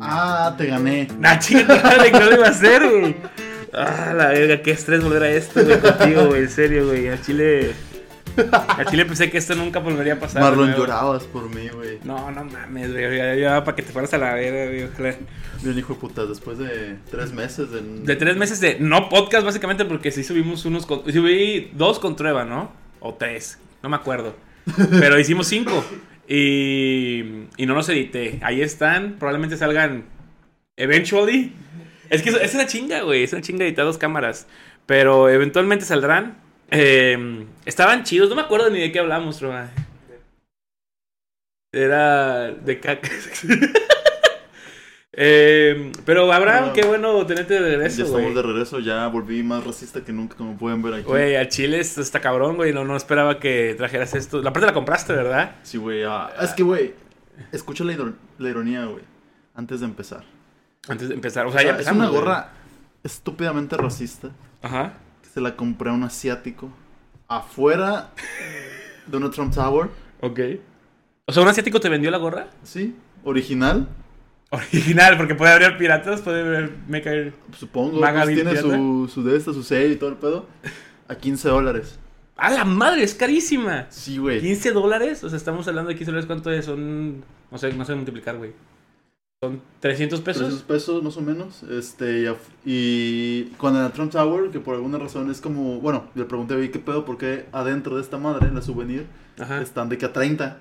Ah, te gané. Nah, chingada, que no lo iba a hacer, güey. Ah, la verga, qué estrés volver a esto, güey, contigo, güey. En serio, güey. A Chile. A Chile pensé que esto nunca volvería a pasar. Marlon, güey. llorabas por mí, güey. No, no mames, güey. Ya, ya, para que te fueras a la verga, güey. Ojalá. Bien, hijo de puta, después de tres meses de... De tres meses de no podcast, básicamente, porque sí subimos unos. Con, subí dos con Trueba, ¿no? O tres, no me acuerdo. Pero hicimos cinco. Y, y no los edité. Ahí están, probablemente salgan. Eventually. Es que es- es una chinga, güey. Es una chinga editar dos cámaras. Pero eventualmente saldrán. Eh, estaban chidos, no me acuerdo ni de qué hablamos, Trueba. Era de caca. Eh, pero Abraham, No. qué bueno tenerte de Ya regreso, estamos güey. de regreso, ya volví más racista que nunca, como pueden ver aquí. Güey, a Chile esto está cabrón, güey. No, no esperaba que trajeras esto. La parte la compraste, ¿verdad? Sí, güey. ah, es que, güey, escucha la, iron- la ironía, güey. Antes de empezar. Antes de empezar. O O sea, sea, ya es empezamos. una güey. gorra estúpidamente racista. Ajá. que se la compré a un asiático. Afuera de una Trump Tower. Ok. O sea, ¿un asiático te vendió la gorra? Sí, original. Original, porque puede haber piratas, puede haber... Me caer. Supongo. Maga pues tiene Virtiana. su, su de esta, su sello y todo el pedo. A 15 dólares. ¡A la madre! ¡Es carísima! Sí, güey. ¿15 dólares? O sea, estamos hablando de 15 dólares. ¿Cuánto es? Son... No sé, no sé multiplicar, güey. ¿Son 300 300 pesos? pesos más o menos. Este, y, af- y cuando en la Trump Tower, que por alguna razón es como. Bueno, le pregunté, vi qué pedo, porque adentro de esta madre, en la souvenir, Ajá. están de que a 30.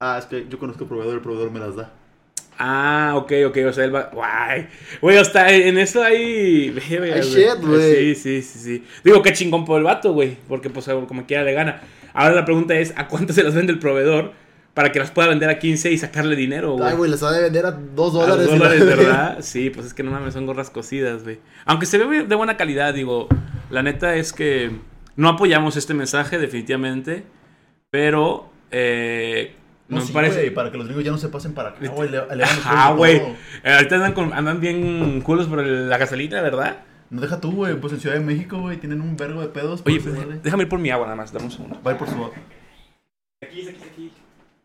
Ah, es que yo conozco al proveedor, el proveedor me las da. Ah, ok, ok, o sea, él va. Guay. Güey, hasta en eso hay. verga, Hay shit, güey. Sí, sí, sí, sí. Digo, qué chingón por el vato, güey. Porque, pues, como quiera le gana. Ahora la pregunta es: ¿a cuánto se las vende el proveedor para que las pueda vender a 15 y sacarle dinero, güey? Ay, güey, las ha de vender a 2 Oh, A dólares. los dólares, ¿verdad? Sí, pues es que no mames, son gorras cocidas, güey. Aunque se ve de buena calidad, digo, la neta es que no apoyamos este mensaje, definitivamente. Pero, eh, No, no me sí, parece. güey, para que los gringos ya no se pasen para acá, güey. le- elevan los Ajá, precios, güey. no. Eh, ahorita andan, con- andan bien culos por el- la gasolina, ¿verdad? No deja tú, güey. Pues en Ciudad de México, güey, tienen un vergo de pedos. Oye, pues, vale. déjame ir por mi agua nada más, dame un segundo. Va a ir por su.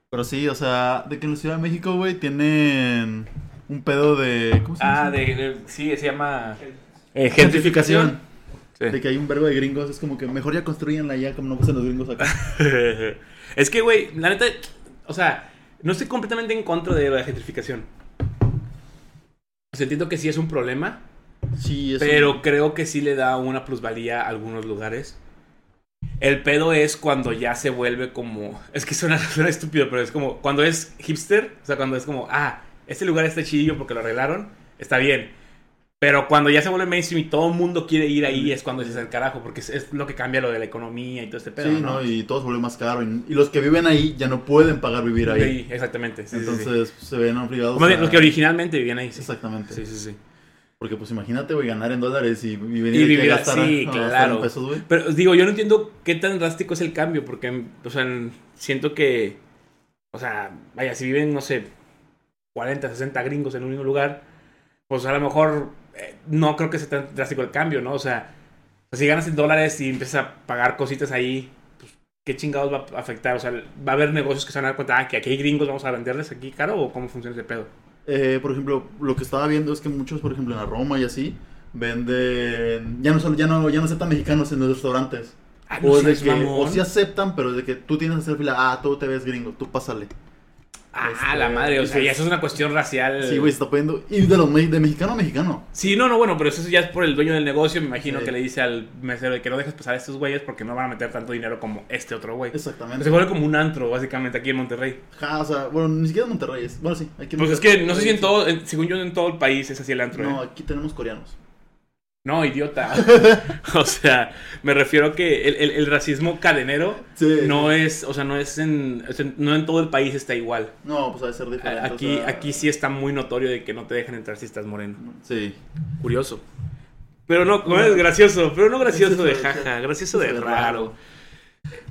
Pero sí, o sea, de que en la Ciudad de México, güey, tienen un pedo de. ¿Cómo se Ah, dice? de, de- sí, se llama... eh, Gentrificación. De Sí. que hay un vergo de gringos. Es como que mejor ya construyanla ya, como no pasan los gringos acá. es que, güey, la neta, o sea, no estoy completamente en contra de la gentrificación. O sea, entiendo que sí es un problema, Sí, es. pero creo que sí le da una plusvalía a algunos lugares. El pedo es cuando ya se vuelve como. Es que suena, suena estúpido, pero es como. Cuando es hipster, o sea, cuando es como. Ah, este lugar está chillo porque lo arreglaron, está bien. Pero cuando ya se vuelve mainstream y todo el mundo quiere ir ahí, es cuando se hace el carajo, porque es, es lo que cambia lo de la economía y todo este pedo. sí, ¿no? ¿no? Y todo se vuelve más caro. Y, y los que viven ahí ya no pueden pagar vivir ahí. Sí, exactamente. sí, sí, sí. Entonces pues, se ven obligados. Como de- a- los que originalmente vivían ahí. Sí, Exactamente. sí, sí. sí. Porque pues imagínate, güey, ganar en dólares y, y venir Y aquí vivir a gastar, así, a gastar claro. en pesos, güey. Pero digo, yo no entiendo qué tan drástico es el cambio, porque, o sea, siento que, o sea, vaya, si viven, no sé, 40, 60 gringos en un mismo lugar, pues a lo mejor eh, no creo que sea tan drástico el cambio, ¿no? O sea, si ganas en dólares y empiezas a pagar cositas ahí, pues, ¿qué chingados va a afectar? O sea, ¿va a haber negocios que se van a dar cuenta, ah, que aquí hay gringos, vamos a venderles aquí caro o cómo funciona ese pedo? Eh, por ejemplo, lo que estaba viendo es que muchos, por ejemplo, en la Roma y así, venden... Ya no, son, ya no, ya no aceptan mexicanos en los restaurantes. Ah, no O, es de seas que, mamón. o sí aceptan, pero es de que tú tienes que hacer fila. Ah, tú te ves gringo, tú pásale. Ah, Este, la madre, o sea, dices- ya eso es una cuestión racial. Sí, güey, se está poniendo... Y de, los, me- de mexicano a mexicano. Sí, no, no, bueno, pero eso ya es por el dueño del negocio, me imagino Sí. que le dice al mesero de que no dejes pasar a estos güeyes porque no van a meter tanto dinero como este otro güey. Se Exactamente. vuelve como un antro, básicamente, aquí en Monterrey. Ajá, o sea, bueno, ni siquiera en Monterrey es. Bueno, sí, aquí en Pues es Monterrey- que no sé si en todo, en- según yo, en todo el país es así el antro. No, No, aquí tenemos coreanos. no idiota. o sea, me refiero a que el, el- el racismo cadenero Sí. no es, o sea, no es en, o sea, no en todo el país está igual. No, pues ha de ser diferente. A- o Aquí, sea, aquí sí está muy notorio de que no te dejan entrar si estás moreno. Sí. Curioso. Pero no, como es gracioso, pero no gracioso de jaja, gracioso de Gracioso de raro. raro.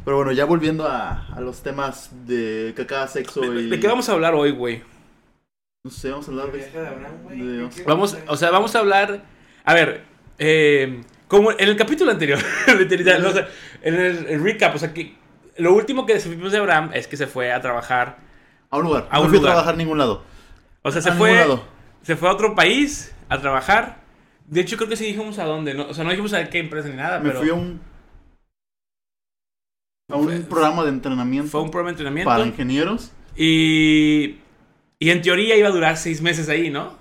Pero bueno, ya volviendo a, a los temas de caca, sexo ¿De, y... de qué vamos a hablar hoy, güey? No sé, vamos a hablar de... de- vamos- Vamos, o sea, vamos a hablar. A ver, eh, como en el capítulo anterior, literal, o sea, en el, el recap, o sea, que lo último que supimos de Abraham es que se fue a trabajar A un lugar. A no un fui a lugar. trabajar a ningún lado. O sea, se a ningún fue, lado. se fue a otro país a trabajar. De hecho, creo que sí dijimos a dónde. ¿no? O sea, no dijimos a qué empresa ni nada, Me Ah, pero fui a un. A un Fue- programa de entrenamiento fue un programa de entrenamiento. para ingenieros. Y, y en teoría iba a durar seis meses ahí, ¿no?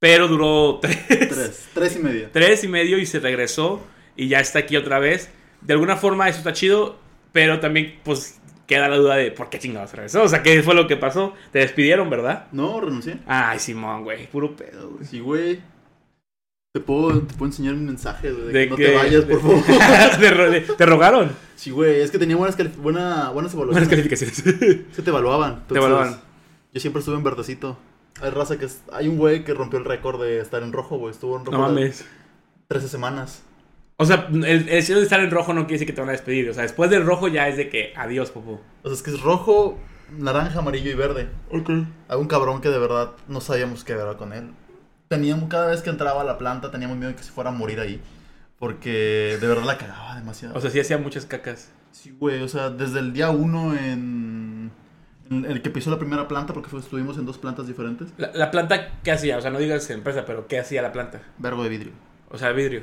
Pero duró tres, Tres. Tres y media. tres y medio y se regresó y ya está aquí otra vez. De alguna forma eso está chido, pero también pues queda la duda de por qué chingados regresó. O sea, ¿qué fue lo que pasó? Te despidieron, ¿verdad? No, renuncié. Ay, Simón, güey, puro pedo, güey. Sí, güey. Te puedo, te puedo enseñar un mensaje, güey. De, De que no que- te vayas, por favor. te, ro- de- te rogaron Sí, güey. Es que tenía buenas, cali- buena- buenas buenas evaluaciones. calificaciones. te Es que te evaluaban. entonces, evaluaron. Yo siempre estuve en verdecito. Hay raza que... es- Hay un güey que rompió el récord de estar en rojo, güey. Estuvo en rojo No de mames. 13 semanas. O sea, el, el hecho de estar en rojo no quiere decir que te van a despedir. O sea, después del rojo ya es de que adiós, popo. O sea, es que es rojo, naranja, amarillo y verde. Ok. Hay un cabrón que de verdad no sabíamos qué ver con él. Teníamos, cada vez que entraba a la planta teníamos miedo de que se fuera a morir ahí. Porque de verdad la cagaba demasiado. O sea, sí hacía muchas cacas. Sí, güey, o sea, desde el día uno en, en el que pisó la primera planta, porque fue- estuvimos en dos plantas diferentes, La, la planta, ¿qué hacía? O sea, no digas empresa, pero ¿qué hacía la planta? vergo de vidrio. O sea, vidrio.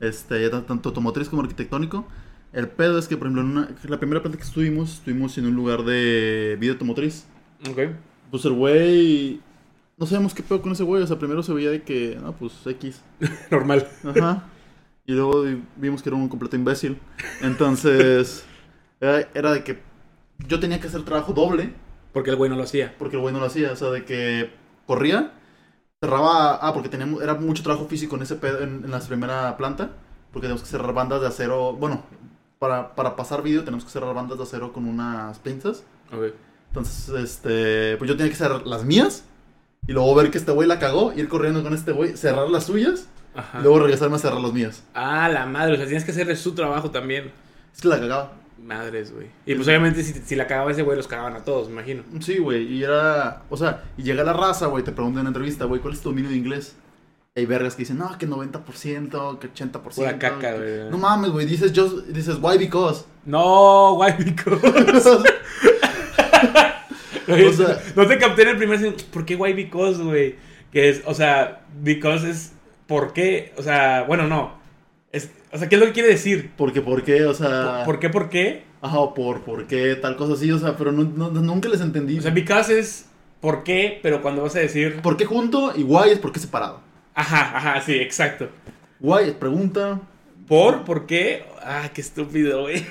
Este, ya tan- tanto automotriz como arquitectónico. El pedo es que, por ejemplo, en una- la primera planta que estuvimos, estuvimos en un lugar de vida automotriz. Ok. Pues el güey, no sabemos qué pedo con ese güey, o sea, primero se veía de que, no, pues X. Normal. Ajá. Y luego vi- vimos que era un completo imbécil. Entonces, era, era de que yo tenía que hacer trabajo doble. Porque el güey no lo hacía. porque el güey no lo hacía, o sea, de que corría, cerraba, ah, porque teníamos, era mucho trabajo físico en ese pedo, en, en la primera planta, porque tenemos que cerrar bandas de acero, bueno, para, para pasar vídeo tenemos que cerrar bandas de acero con unas pinzas, Ok. entonces, este, pues yo tenía que cerrar las mías, y luego ver que este güey la cagó, ir corriendo con este güey, cerrar las suyas, Ajá. y luego regresarme a cerrar las mías, Ah, la madre. O sea, tienes que hacerle su trabajo también. es que la cagaba. Madres, güey. Y pues obviamente si, si la cagaba ese güey, los cagaban a todos, me imagino. Sí, güey, y era, o sea, y llega la raza, güey, te preguntan en la entrevista, güey, ¿cuál es tu dominio de inglés? Y hay vergas que dicen, no, que 90%, que 80%. Pura caca, que- güey. No mames, güey, dices, yo, dices, why because. No, guay, pico. o sea, no te capté en el primer sen- ¿Por qué why because, güey? Que es, o sea, because es ¿por qué? O sea, bueno, no. Es, o sea, ¿qué es lo que quiere decir? porque, ¿por qué? O sea, ¿Por, por qué, por qué? ajá, o por, ¿por qué? Tal cosa así, o sea, pero no- no- nunca les entendí. O sea, because es ¿por qué? Pero cuando vas a decir... ¿Por qué junto? Y why es por qué separado. Ajá, ajá, sí, exacto. Why es pregunta. ¿Por? ¿Por qué? Ah, qué estúpido, güey.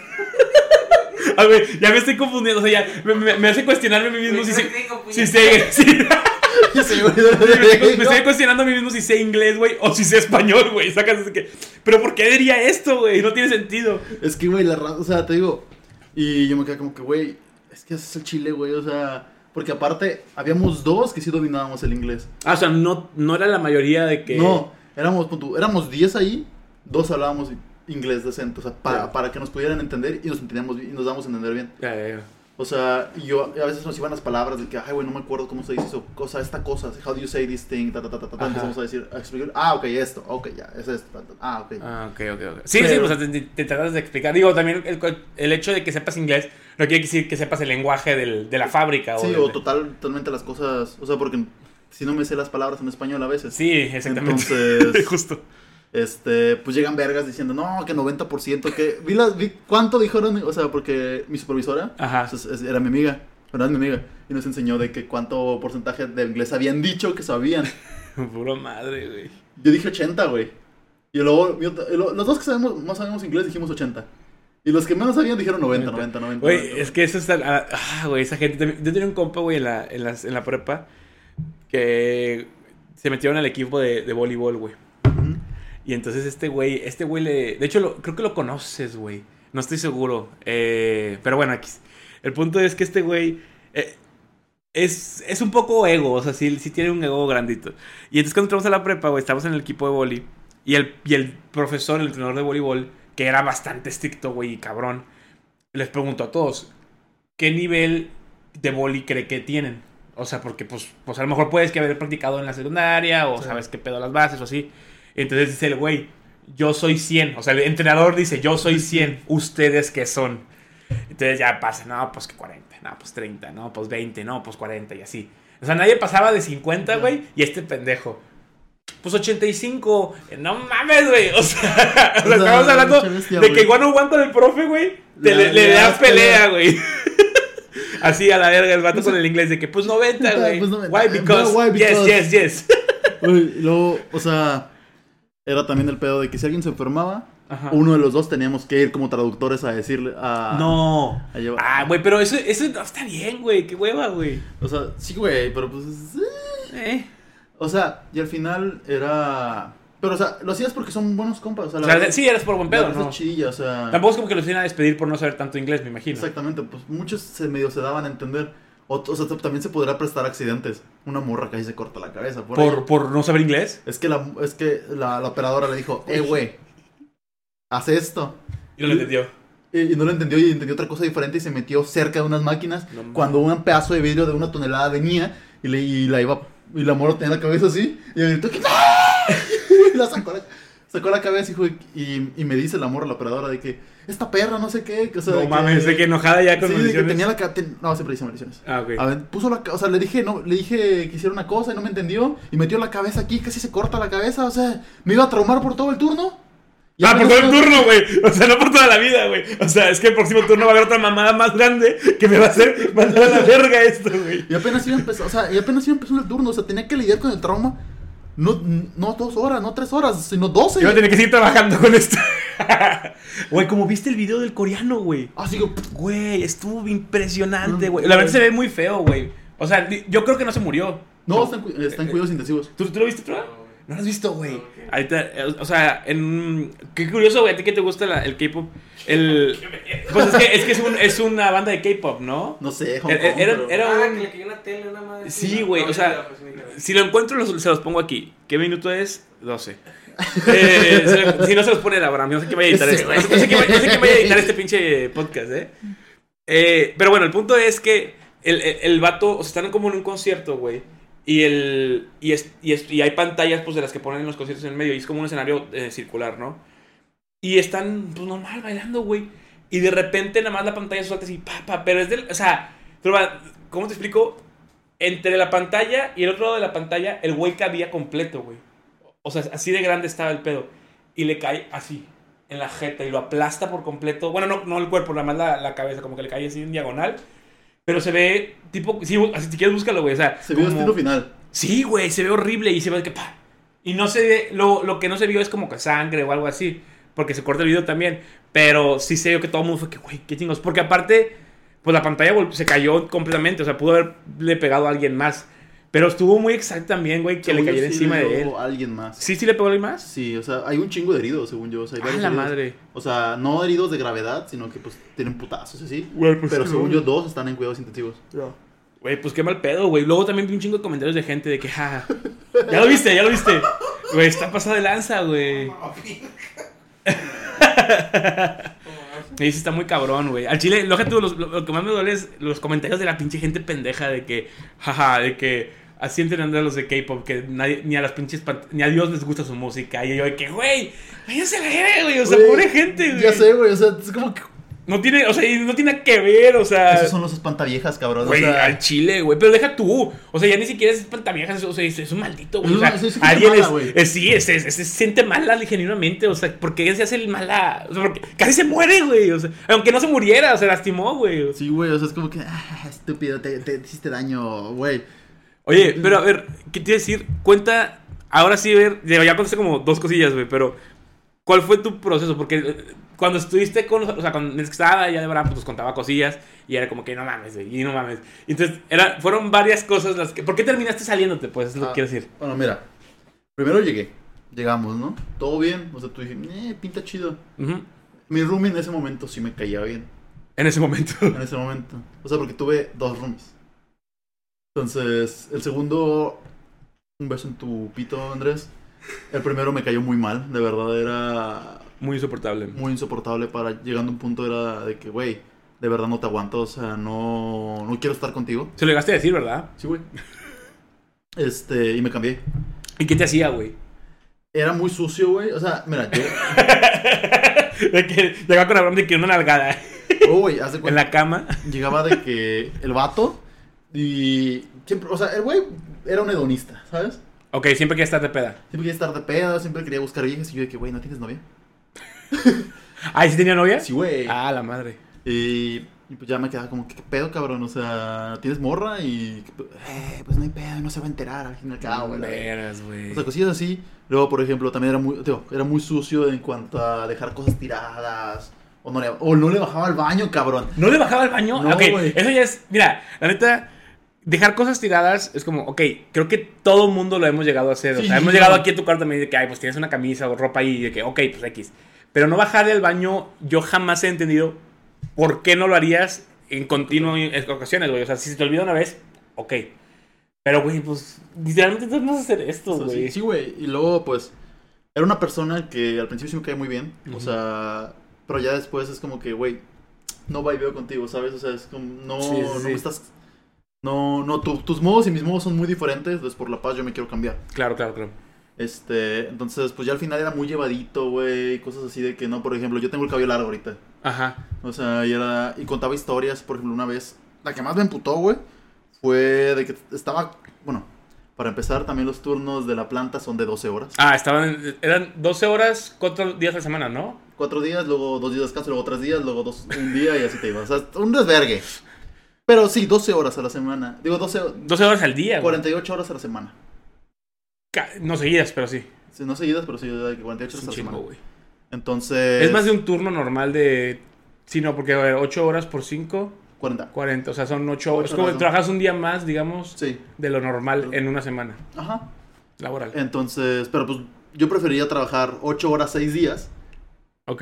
A ver, ya me estoy confundiendo, o sea, ya me, me- me hace cuestionarme a mí mismo si, sé- si sé- si- Y se- me estoy- me estoy cuestionando a mí mismo si sé inglés, güey, o si sé español, güey. Sacas de que. Pero ¿por qué diría esto, güey? No tiene sentido. Es que, güey, la raza, o sea, te digo. Y yo me quedé como que, güey, es que ese es el chile, güey, o sea. Porque aparte, habíamos dos que sí dominábamos el inglés. Ah, o sea, no, no era la mayoría de que. No, éramos, pon tú, éramos 10 ahí, dos hablábamos inglés decente, o sea, para, Ya. para que nos pudieran entender y nos entendíamos bien- y nos damos a entender bien. Ya, ya, ya. O sea, y yo a veces nos iban las palabras de que, ay, güey, no me acuerdo cómo se dice eso, cosa, esta cosa, how do you say this thing, ta, ta, ta, ta, ta, ta, Ajá. empezamos a decir, a explicar, ah, ok, esto, ok, ya, es esto, ta, ta, ah, ok. Ah, ok, ok, ok. Sí, sí, Pero- o sea, te, te- te tratas de explicar. Digo, también el, co- el hecho de que sepas inglés no quiere decir que sepas el lenguaje del- de la fábrica. Sí, del- o total, totalmente las cosas, o sea, porque si no me sé las palabras en español a veces. Sí, exactamente. Entonces, Justo. este, pues llegan vergas diciendo, no, que 90%, que... Vi las, vi cuánto dijeron, o sea, porque mi supervisora Ajá. entonces, es- era mi amiga, ¿verdad? Mi amiga. Y nos enseñó de que cuánto porcentaje de inglés habían dicho que sabían. Puro madre, güey. Yo dije 80, güey. Y luego, mi otra- y lo- los dos que sabemos, más sabemos inglés dijimos 80. Y los que menos sabían dijeron 90, 90, 90. Güey, es que eso está. ah, Ah, güey, esa gente. también- Yo tenía un compa, güey, en la, en, las- en la prepa que se metieron al equipo de, de voleibol, güey. Y entonces este güey, este güey le. De hecho, lo- creo que lo conoces, güey. No estoy seguro. Eh, pero bueno, aquí. El punto es que este güey. eh, es, es un poco ego, o sea, sí, sí tiene un ego grandito. Y entonces cuando entramos a la prepa, güey, estábamos en el equipo de voli. Y el, y el profesor, el entrenador de voleibol, que era bastante estricto, güey, y cabrón, les preguntó a todos, ¿qué nivel de voli cree que tienen? O sea, porque pues, pues a lo mejor puedes que haber practicado en la secundaria o Sí. sabes qué pedo las bases o así. Entonces dice el güey, yo soy 100. O sea, el entrenador dice, yo soy 100. ¿Ustedes qué son? Entonces ya pasa, no, pues que 40, no, pues 30, no, pues 20, no, pues 40 y así. O sea, nadie pasaba de 50, güey, y este pendejo. Pues 85, no mames, güey. O sea, o sea, O sea, estamos hablando mucha bestia, de güey. que one on one con el profe, güey, Le- te le, le le das das pelea. pelea, güey. Así a la verga el vato con el inglés de que pues 90, güey. Pues 90. Why? Because, Why? Because- yes, yes, yes. Uy, y luego, o sea, era también el pedo de que si alguien se enfermaba, Ajá. uno de los dos teníamos que ir como traductores a decirle a... No. a llevar- Ah, güey, pero eso, eso no está bien, güey. Qué hueva, güey. O sea, sí, güey, pero pues... sí. Eh. O sea, y al final era... Pero, o sea, lo hacías porque son buenos compas. O sea, O la sea, verdad- sí, eres por buen pedo, la raza ¿no? chilla, o sea... Tampoco es como que los vienen a despedir por no saber tanto inglés, me imagino. Exactamente, pues muchos se medio se daban a entender. Ot- O, sea, también se podrá prestar accidentes. Una morra que ahí se corta la cabeza. Por, ¿Por, ahí. por no saber inglés. Es que, la, es que la, la operadora le dijo, eh, güey, haz esto. Y no lo entendió. Y, y no lo entendió y entendió otra cosa diferente y se metió cerca de unas máquinas No mames. cuando un pedazo de vidrio de una tonelada venía y, le, y la iba y la morra tenía la cabeza así y le gritó que ¡No! y la sacó la, sacó la cabeza hijo, y, y me dice la morra la operadora de que esta perra no sé qué que, o sea, no de mames, de que enojada ya con sí, de que maldiciones. tenía la ca- ten- no siempre dice maldiciones Ah, ok. a ver, puso la, ca- o sea, le dije, no, le dije que hiciera una cosa y no me entendió y metió la cabeza aquí, casi se corta la cabeza, o sea, me iba a traumar por todo el turno. Y Ah, por apenas todo el cuando- turno, güey. O sea, no por toda la vida, güey. O sea, es que el próximo turno va a haber otra mamada más grande que me va a hacer mandar a la verga esto, güey. Y apenas iba a empezar, o sea, y apenas iba a empezar el turno, o sea, tenía que lidiar con el trauma. No, no dos horas, no tres horas, sino doce. Yo voy a tener que seguir trabajando con esto. Güey, como viste el video del coreano, güey. Así que, Güey, estuvo impresionante, güey. La verdad se ve muy feo, güey. O sea, di- yo creo que no se murió. no, está en, cu- está Eh, en cuidados intensivos. ¿Tú, tú lo viste, Troa? No lo has visto, güey. Ahorita, eh, o sea, en... Qué curioso, güey. ¿A ti qué te gusta la- el K-pop? El... Pues es que es, que es, un- es una banda de K-pop, ¿no? No sé, Hong Era- Kong, era- pero- era- Ah, un- que le cayó una tele, una madre. Sí, así, ¿no? güey, No, pues, o ya sea, la próxima vez. Si lo encuentro, los- se los pongo aquí. ¿Qué minuto es? 12. Eh, se lo- si no se los pone el Abraham, no sé qué vaya a editar Sí, esto. güey. No sé quién va- no sé quién vaya a editar este pinche podcast, ¿eh? Eh, Pero bueno, el punto es que el, el, el vato, o sea, están como en un concierto, güey. Y, el, y, es- y, es- y hay pantallas pues, de las que ponen en los conciertos en medio. Y es como un escenario eh, circular, ¿no? Y están, pues, normal bailando, güey. Y de repente nada más la pantalla suelta así, pa, pa. Pero es del. O sea, Trueba, ¿cómo te explico? Entre la pantalla y el otro lado de la pantalla, el güey cabía completo, güey. O sea, así de grande estaba el pedo. Y le cae así, en la jeta, y lo aplasta por completo. Bueno, no, no el cuerpo, nada más la, la cabeza, como que le cae así en diagonal. Pero se ve tipo. Sí, bu- así, si quieres, búscalo, güey. O sea, se vio como- destino final. Sí, güey, se ve horrible y se ve que pa. Y no se ve, lo, lo que no se vio es como que sangre o algo así, porque se corta el video también, pero sí se vio que todo el mundo fue que, güey, qué chingos, porque aparte, pues la pantalla vol- se cayó completamente, o sea, pudo haberle pegado a alguien más, pero estuvo muy exacto también, güey, que le Según yo, cayera sí encima le de él. dio alguien más. Sí, sí le pegó a alguien más. Sí, o sea, hay un chingo de heridos, según yo. O sea, hay A varios la heridos. madre. O sea, no heridos de gravedad, sino que pues tienen putazos, así. Güey, pues, Pero sí, según güey. yo, dos están en cuidados intensivos. Güey, pues qué mal pedo, güey. Luego también vi un chingo de comentarios de gente de que, ja, ja. ya lo viste, ya lo viste. Güey, está pasada de lanza, güey. Me dice, está muy cabrón, güey. Al chile, lo que, tú, los- lo, lo que más me duele es los comentarios de la pinche gente pendeja de que, jaja, de que así entrenando a los de K-pop, que nadie, ni a las pinches, pant- ni a Dios les gusta su música. Y yo, de que, güey, váyanse a la verga, güey. O sea, Güey, pobre gente, güey. Ya sé, güey, o sea, es como que... No tiene, o sea, y no tiene nada que ver, o sea. Esos son los espantaviejas, cabrón. Güey, o sea, al chile, güey. Pero deja tú. O sea, ya ni siquiera es pantaviejas. O sea, es, es un maldito, güey. O sea, Es una- es una alguien mala, es, güey. es- Sí, es, es- es- se siente mala genuinamente. O sea, porque se hace el mala. O sea, porque casi se muere, güey. O sea, aunque no se muriera, se lastimó, güey. Sí, güey, o sea, es como que, ah, estúpido, te, te hiciste daño, güey. Oye, pero a ver, ¿qué te iba a decir? Cuenta. Ahora sí, ver. Ya ya contaste como dos cosillas, güey. Pero, ¿cuál fue tu proceso? Porque eh, cuando estuviste con. los- O sea, cuando estaba ya de verdad, pues nos contaba cosillas. Y era como que no mames, güey. Y no mames. Entonces, era, fueron varias cosas las que. ¿Por qué terminaste saliéndote? Pues es Ah. lo que quiero decir. Bueno, mira, primero llegué, llegamos, ¿no? Todo bien, o sea, tú dije, eh, pinta chido. Ujú. Mi roomie en ese momento sí me caía bien, En ese momento. en ese momento. O sea, porque tuve dos roomies. Entonces, el segundo, un beso en tu pito, Andrés. El primero me cayó muy mal, de verdad, era Muy insoportable. muy insoportable para, llegando a un punto era de que, güey, de verdad no te aguanto, o sea, no, no quiero estar contigo. Se lo llegaste a decir, ¿verdad? Sí, güey. Este, y me cambié. ¿Y qué te hacía, güey? Era muy sucio, güey. O sea, mira, yo- De que llegaba con Abraham de que una nalgada. Oh, güey, haz de en cuenta. la cama. Llegaba de que el vato y siempre, o sea, el güey era un hedonista, ¿sabes? Ok, siempre quieres estar de peda. Siempre quería estar de pedo, siempre quería buscar viejas y yo de que, güey, ¿no tienes novia? ¿Ah, ¿y sí tenía novia? Sí, güey. Ah, la madre. Y, y pues ya me quedaba como, ¿qué, qué pedo, cabrón? O sea, ¿tienes morra? Y, eh, pues no hay pedo, no se va a enterar al fin y al cabo, güey. la verga. Veras, güey. O sea, cosillas así. Luego, por ejemplo, también era muy, digo, era muy sucio en cuanto a dejar cosas tiradas. O no le, o no le bajaba al baño, cabrón. ¿No le bajaba al baño? Ah, No, ok, güey. eso ya es. Mira, la neta, dejar cosas tiradas es como, ok, creo que todo mundo lo hemos llegado a hacer. o Sí, sea, hemos sí, llegado sí. aquí a tu cuarto también de que, ay, pues tienes una camisa o ropa ahí, y de que, ok, pues X. Pero no bajarle al baño, yo jamás he entendido por qué no lo harías en continuo en ocasiones, güey. O sea, si se te olvida una vez, ok. Pero, güey, pues, literalmente no vas a hacer esto, O sea, güey. sí, sí, güey. Y luego, pues, era una persona que al principio sí me caía muy bien. O Ujú. sea, pero ya después es como que, güey, no va y veo contigo, ¿sabes? O sea, es como, no, Sí, sí, no sí. me estás. No, no, tu- tus modos y mis modos son muy diferentes. Entonces, por la paz, yo me quiero cambiar. Claro, claro, claro. Este, entonces, pues ya al final era muy llevadito, güey. Cosas así de que, no, por ejemplo, yo tengo el cabello largo ahorita. Ajá. O sea, y era. Y contaba historias, por ejemplo, una vez. La que más me emputó, güey. Fue de que estaba. Bueno, para empezar, también los turnos de la planta son de 12 horas. Ah, estaban. Eran 12 horas, 4 días a la semana, ¿no? Cuatro días, luego dos días de descanso, luego tres días, luego dos, un día y así te ibas. O sea, un desvergue. Pero sí, 12 horas a la semana. Digo, 12, o- 12 horas al día, güey. 48 horas a la semana. Ca- No seguidas, pero sí. Sí, No seguidas, pero sí, de que 48 horas Es un a la chingo, semana. güey. Entonces. Es más de un turno normal de. Sí, no, porque a ver, 8 horas por 5, 40. 40. O sea, son 8 Ocho horas. Es como horas, que ¿no? trabajas un día más, digamos, Sí. de lo normal en una semana Ajá. laboral. Entonces, pero pues yo preferiría trabajar 8 horas 6 días ¿Ok?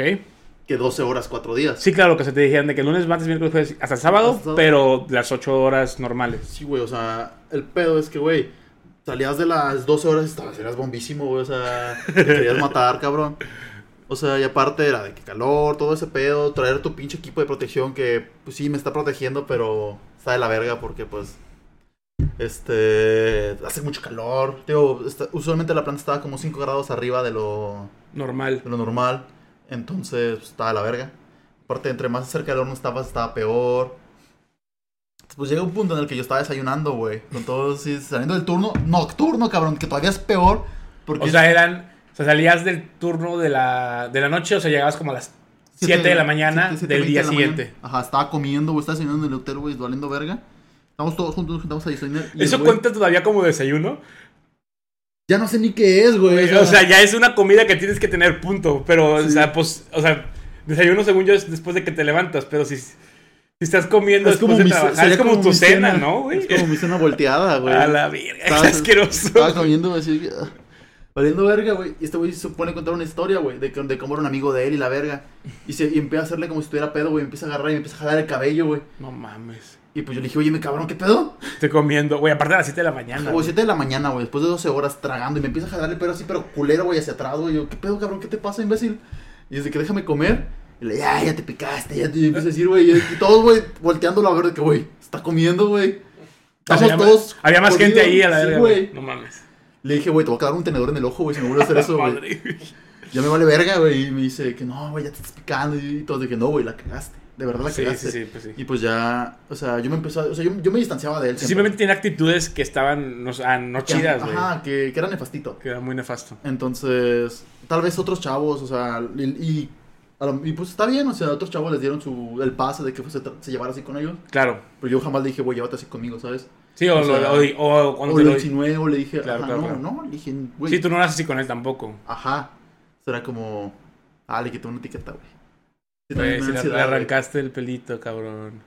que 12 horas 4 días. Sí, claro, que se te dijeron de que lunes, martes, miércoles, jueves, hasta sábado, Hasta sábado. pero las 8 horas normales. Sí, güey, o sea, el pedo es que, güey, salías de las 12 horas y estabas, eras bombísimo, güey, o sea, te querías matar, cabrón. O sea, y aparte era de que calor, todo ese pedo, traer tu pinche equipo de protección que, pues sí, me está protegiendo, pero está de la verga porque, pues, este, hace mucho calor. Digo, está- usualmente la planta estaba como 5 grados arriba de lo, Normal. de lo normal, entonces, pues, estaba de la verga. Aparte, entre más cerca del horno estabas, estaba peor. Pues llega un punto en el que yo estaba desayunando, güey. Con todo, sí, saliendo del turno nocturno, cabrón, que todavía es peor. Porque O sea, eran. O sea, salías del turno de la, de la noche, o sea, llegabas como a las 7 de la mañana siete, siete, del veinte día de la siguiente. mañana. Ajá, estaba comiendo, güey, estaba desayunando en el hotel, güey, valiendo verga. Estamos todos juntos, nos juntamos a desayunar. y el ¿Eso güey- cuenta todavía como desayuno? Ya no sé ni qué es, güey. O sea, ya es una comida que tienes que tener, punto. Pero, o Sí. sea, pues, o sea, desayuno según yo es después de que te levantas, pero si, si estás comiendo es después como, de mi- trabajar, sería es como, tu mi cena, ¿no, güey? Es como mi cena volteada, güey. A la verga, es Estaba- asqueroso. Estaba comiendo, güey, así. ah, Valiendo verga, güey. Y este güey se pone a contar una historia, güey, de, que- de cómo era un amigo de él y la verga. Y, se, y empieza a hacerle como si estuviera pedo, güey. Empieza a agarrar y me empieza a jalar el cabello, güey. No mames. Y pues yo le dije, oye, me cabrón, ¿qué pedo? Estoy comiendo, güey, aparte a las 7 de la mañana. Güey, güey. 7 de la mañana, güey, después de 12 horas tragando. Y me empieza a jalar el pelo así, pero culero, güey, hacia atrás, güey. Yo, ¿qué pedo, cabrón? ¿Qué te pasa, imbécil? Y dice que déjame comer. Y le, "Ah, ya, ya te picaste, ya te y empieza a decir, güey. Y y todos, güey, volteándolo a ver de que, güey, está comiendo, güey. O sea, Estamos había- todos. Había más gente jodidos. ahí a la Sí, verga. güey. güey. No mames. Le dije, güey, te voy a clavar un tenedor en el ojo, güey, si me vuelves a hacer eso, güey. Madre. Ya me vale verga, güey. Y me dice que no, güey, ya te estás picando. Y todos de que no, güey, la cagaste. De verdad la Sí, cagaste. sí, sí, pues sí. Y pues ya, o sea, yo me empezó, a- o sea, yo, yo me distanciaba de él. siempre. Simplemente tiene actitudes que estaban, no, ah, no Que- chidas, güey. Ajá, que, que era nefastito. Que era muy nefasto. Entonces, tal vez otros chavos, o sea, y, y, a lo- y pues está bien, o sea, otros chavos les dieron su, el pase de que fuese- se llevara así con ellos. Claro. Pero yo jamás le dije, güey, llévate así conmigo, ¿sabes? Sí, o, O sea, lo- o- o cuando O te le lo- insinué, o le dije, Claro, ajá, claro, no, claro. no, le dije, güey. Sí, tú no eras así con él tampoco. Ajá. Será como. Ah, le quité una etiqueta, güey. Sí, también me da Güey, si le- le ansiedad, güey. arrancaste el pelito, cabrón.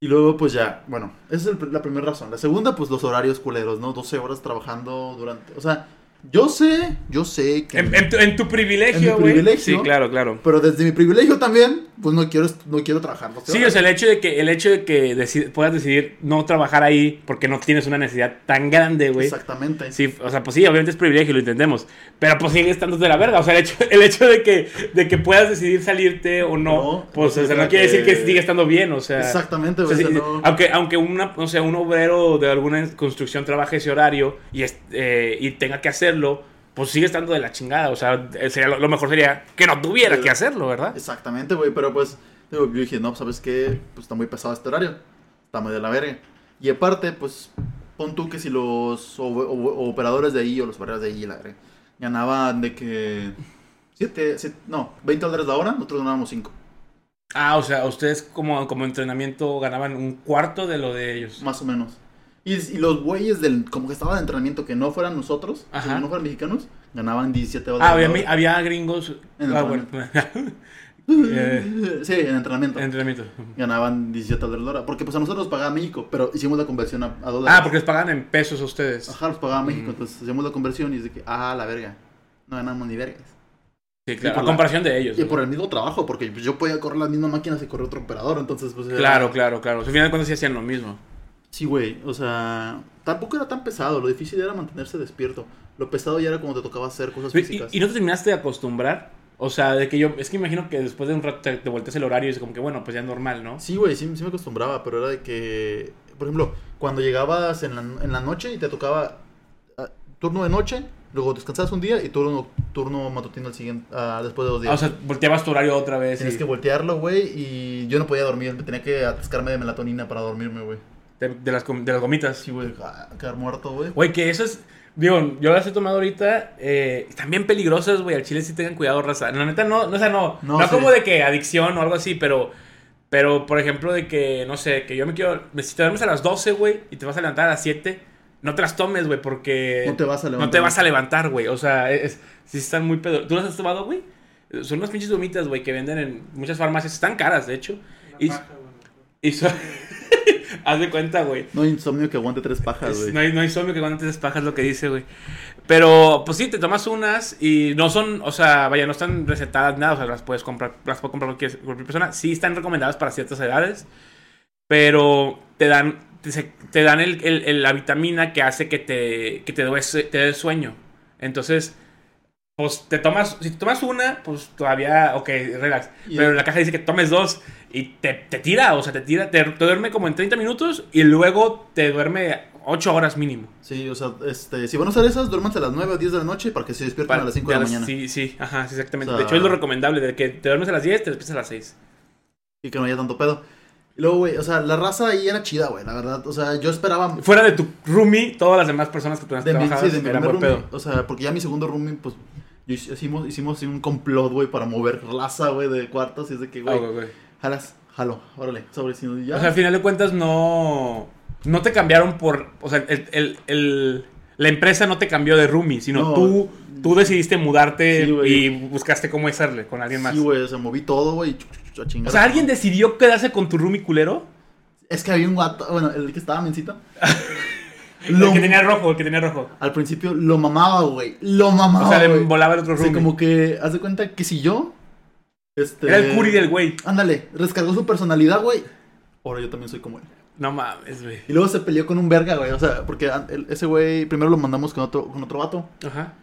Y luego, pues ya, bueno, esa es el- la primera razón. La segunda, pues los horarios culeros, ¿no? 12 horas trabajando durante. O sea, yo sé, yo sé que. En, en tu, en tu En privilegio, mi güey. privilegio. Sí, claro, claro. Pero desde mi privilegio también, pues no quiero, est- no quiero trabajar 12 Sí, o horas. sea, el hecho de que, el hecho de que deci- puedas decidir no trabajar ahí porque no tienes una necesidad tan grande, güey. Exactamente. Sí, o sea, pues sí, obviamente es privilegio, lo entendemos. Pero pues sigue estando de la verga. O sea, el hecho, el hecho de, que, de que puedas decidir salirte o no, No, pues no o sea, no significa quiere decir que que- siga estando bien, o sea. Exactamente, O sea, güey. o sí, sea, no- Aunque, aunque una, o sea, un obrero de alguna construcción trabaje ese horario y, es- eh, y tenga que hacerlo, pues sigue estando de la chingada. O sea, eh, sería, lo, lo mejor sería que no tuviera que hacerlo, ¿verdad? Exactamente, güey, pero pues Digo, yo dije, no, ¿sabes qué? Pues está muy pesado este horario. Está muy de la verga. Y aparte, pues, pon tú que si los o- o- operadores de ahí o los barreras de ahí, la verga, ganaban de que... Siete, siete- no, 20 dólares la hora, nosotros ganábamos 5. Ah, o sea, ustedes como, como entrenamiento ganaban un cuarto de lo de ellos. Más o menos. Y, y los güeyes del, como que estaba de entrenamiento que no fueran nosotros, o sea, Ajá. no fueran mexicanos, ganaban 17 dólares. Ah, había, la mi- hora. había gringos. En ah, bueno. entrenamiento. eh. Sí, en entrenamiento. entrenamiento. Ganaban 17 dólares la hora. Porque pues a nosotros nos pagaba México, pero hicimos la conversión a, a dólares. Ah, porque les pagaban en pesos a ustedes. Ajá, los pagaba México, Mm. entonces hacíamos la conversión y es de que, ah, la verga. No ganamos ni vergas. Sí, claro. por a la- comparación de ellos. Y ¿no? por el mismo trabajo, porque pues, yo podía correr las mismas máquinas que corría otro operador, entonces pues... era- Claro, claro, claro. O sea, Al final de cuentas sí hacían lo mismo. Sí, güey, o sea, tampoco era tan pesado, lo difícil era mantenerse despierto. Lo pesado ya era cuando te tocaba hacer cosas ¿Y, físicas. y no te terminaste de acostumbrar? O sea, de que yo. Es que imagino que después de un rato te, te volteas el horario y es como que, bueno, pues ya es normal, ¿no? Sí, güey, sí, sí me acostumbraba, pero era de que, por ejemplo, cuando llegabas en la, en la noche y te tocaba ah, turno de noche, luego descansabas un día y turno, turno matutino al siguiente, ah, después de dos días. Ah, o sea, volteabas tu horario otra vez. Tenías y que voltearlo, güey, y yo no podía dormir, me tenía que atascarme de melatonina para dormirme, güey. de, de las, com- de las gomitas. Sí, güey, ah, quedar muerto, güey. Güey, que eso es. Digo, yo las he tomado ahorita. Eh, están bien peligrosas, güey. Al chile sí tengan cuidado, raza. La neta, no, no o sea, no. No, No, sí. como de que adicción o algo así, pero. Pero, por ejemplo, de que, no sé, que yo me quiero. Si te duermes a las 12, güey, y te vas a levantar a las 7, no te las tomes, güey, porque. No te vas a levantar. No te vas a levantar, güey. O sea, e-, es, sí están muy pedo. ¿Tú las has tomado, güey? Son unas pinches gomitas, güey, que venden en muchas farmacias. Están caras, de hecho. Y, y son- Haz de cuenta, güey. No hay insomnio que aguante tres pajas, Es- Ah, güey. no, hay, no hay zombie que cuando te despajas lo que dice, güey. Pero, pues sí, te tomas unas y no son, o sea, vaya, no están recetadas nada, o sea, las puedes comprar, las puede comprar cualquier, cualquier persona. Sí están recomendadas para ciertas edades, pero te dan, te, se- te dan el, el- el- la vitamina que hace que te, que te, due- te dé sueño. Entonces, pues te tomas, si te tomas una, pues todavía, ok, relax. Y- Pero la caja dice que tomes dos y te, te tira, o sea, te tira, te, te duerme como en 30 minutos y luego te duerme 8 horas mínimo. Sí, o sea, este, si van a usar esas, duérmanse a las 9 o 10 de la noche para que se despierten Para- a las 5 de la las- mañana. Sí, sí, ajá, sí, exactamente. O de sea- hecho, es lo recomendable, de que te duermes a las 10, te despiertas a las 6. Y que no haya tanto pedo. Y luego, güey, o sea, la raza ahí era chida, güey, la verdad. O sea, yo esperaba... Fuera de tu roomie, todas las demás personas que tú has De mi, trabajado sí, de mi eran primer buen roomie, pedo. O sea, porque ya mi segundo roomie, pues... yo hic- hicimos, hicimos así un complot, güey, para mover raza, güey, de cuartos. Y es de que, Ah, güey, güey, güey. jalas, jalo, órale, sobre. Si no, ya. O sea, al final de cuentas, no. No te cambiaron por. O sea, el, el- el- la empresa no te cambió de roomie, sino No. tú, tú decidiste mudarte Sí, güey. y buscaste cómo hacerle con alguien más. Sí, güey, o sea, moví todo, güey, y chu- chu- chu- a chingar. o sea, ¿alguien decidió quedarse con tu roomie culero? Es que había un guato, bueno, el que estaba mencita. El que tenía rojo, el que tenía rojo. Al principio lo mamaba, güey. Lo mamaba. o sea, le Ah, güey. volaba el otro O sea, roomie. como que, haz de cuenta que si yo. Este, Era el curi del güey. Ándale, rescargó su personalidad, güey. Ahora yo también soy como él. No mames, güey. Y luego se peleó con un verga, güey. O sea, porque an- el- ese güey primero lo mandamos con otro, con otro vato. Ajá.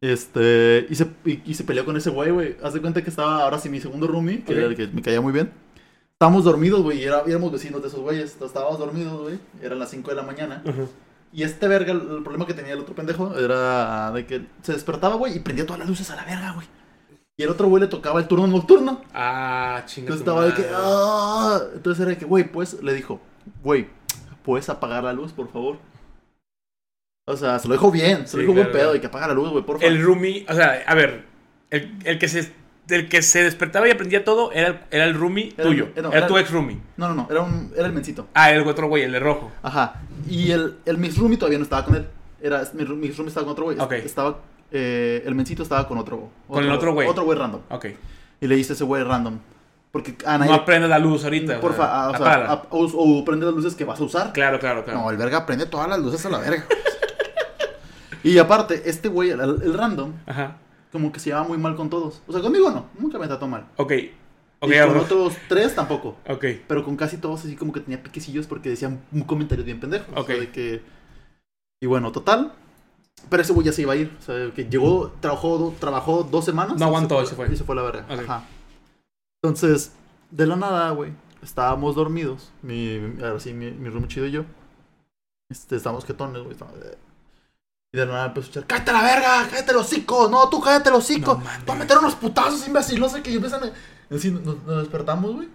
Este, y se, y, y se peleó con ese güey, güey. Haz de cuenta que estaba ahora sí mi segundo roomie, que Ok. era el que me caía muy bien. Estábamos dormidos, güey, y era- éramos vecinos de esos güeyes. Entonces, Estábamos dormidos, güey. Eran las 5 de la mañana. Ajá. Y este verga, el, el problema que tenía el otro pendejo era de que se despertaba, güey, y prendía todas las luces a la verga, güey. Y el otro güey le tocaba el turno nocturno. Ah, chingada. Entonces estaba de que. "Ah". Entonces era de que, güey, pues, le dijo, güey, ¿puedes apagar la luz, por favor? O sea, se lo dijo bien, se Sí, lo dijo claro, buen pedo, claro. y que apaga la luz, güey, por favor. El roomie, o sea, a ver, el, el que se el que se despertaba y aprendía todo era el, era el roomie Era- eh, tuyo. no, era, era- tu ex roomie. No, no, no, era, un, era el mencito. Ah, el otro güey, el de rojo. Ajá. Y el, el Miss Rumi todavía no estaba con él. Era, mi, Ru- mi Rumi estaba con otro güey. Ok. Estaba, eh, el mencito estaba con otro. Con el otro güey. Otro güey random. Ok. Y le dice a ese güey random. Porque a No nadie. aprendas la luz ahorita. porfa, ah, o sea, apágala. ap- o, o prende las luces que vas a usar. claro, claro, claro. No, el verga prende todas las luces a la verga. y aparte, este güey, el, el random, Ajá. como que se lleva muy mal con todos. O sea, conmigo no, nunca me trató mal. Ok. Ok, y con ahora- otros tres tampoco. ok. Pero con casi todos así como que tenía piquecillos porque decían un comentario bien pendejo. Ok. de que... Y bueno, total. Pero ese güey ya se iba a ir. O sea, que llegó, trabajó, do- trabajó dos semanas. No aguantó, y se fue. Y se fue a la verga. Ok. Ajá. Entonces, de la nada, güey, estábamos dormidos. Mi, ahora sí, mi, mi roomie chido y yo. Este, estábamos quetones, güey. estábamos- Y de la nada empezó a echar, cállate la verga, cállate los hocico, no, tú cállate los hocico, No mames. va a meter unos putazos, imbécil, no sé qué, y empiezan a... Así nos, nos despertamos, güey,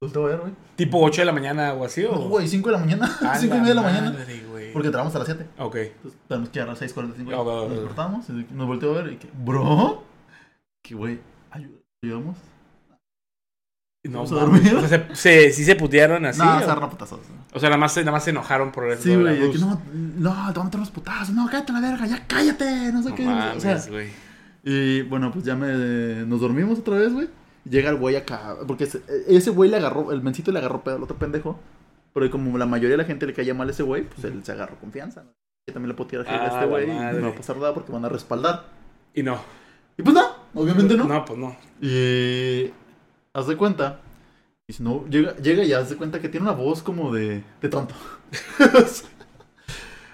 Pues te voy a ver, güey. Tipo 8 de la mañana o así, o. No, güey, 5 de la mañana. A 5 y media de la mañana. Oh. madre, güey. Porque entramos a las 7. Ok. Entonces tenemos que llegar a las 6.45. Ah, va, va, va. nos despertamos, y nos volteó a ver y que, bro, que güey, ayú- ayudamos. No, ¿Vamos a mames. dormir? O sea, se, se- ¿Ah, sí se putearon así. Nada, o... se agarran a putazos. o sea, nada más, se- nada más se enojaron por eso. Sí, güey, de que no, no, te van a meter los putazos, no, cállate a la verga, ya cállate, no sé qué. o sea, güey. y bueno, pues ya me, nos dormimos otra vez, güey. Llega el güey acá, porque ese, ese güey le agarró, el mencito le agarró pedo al otro pendejo. Pero como la mayoría de la gente le caía mal a ese güey, pues él se agarró confianza. ¿no? Yo también le puedo tirar hate Ah, a este la güey y madre. no va a pasar nada porque van a respaldar. Y no. Y pues no, obviamente no. No, pues no. Y haz de cuenta. Y si no, llega, llega y haz de cuenta que tiene una voz como de, de tonto.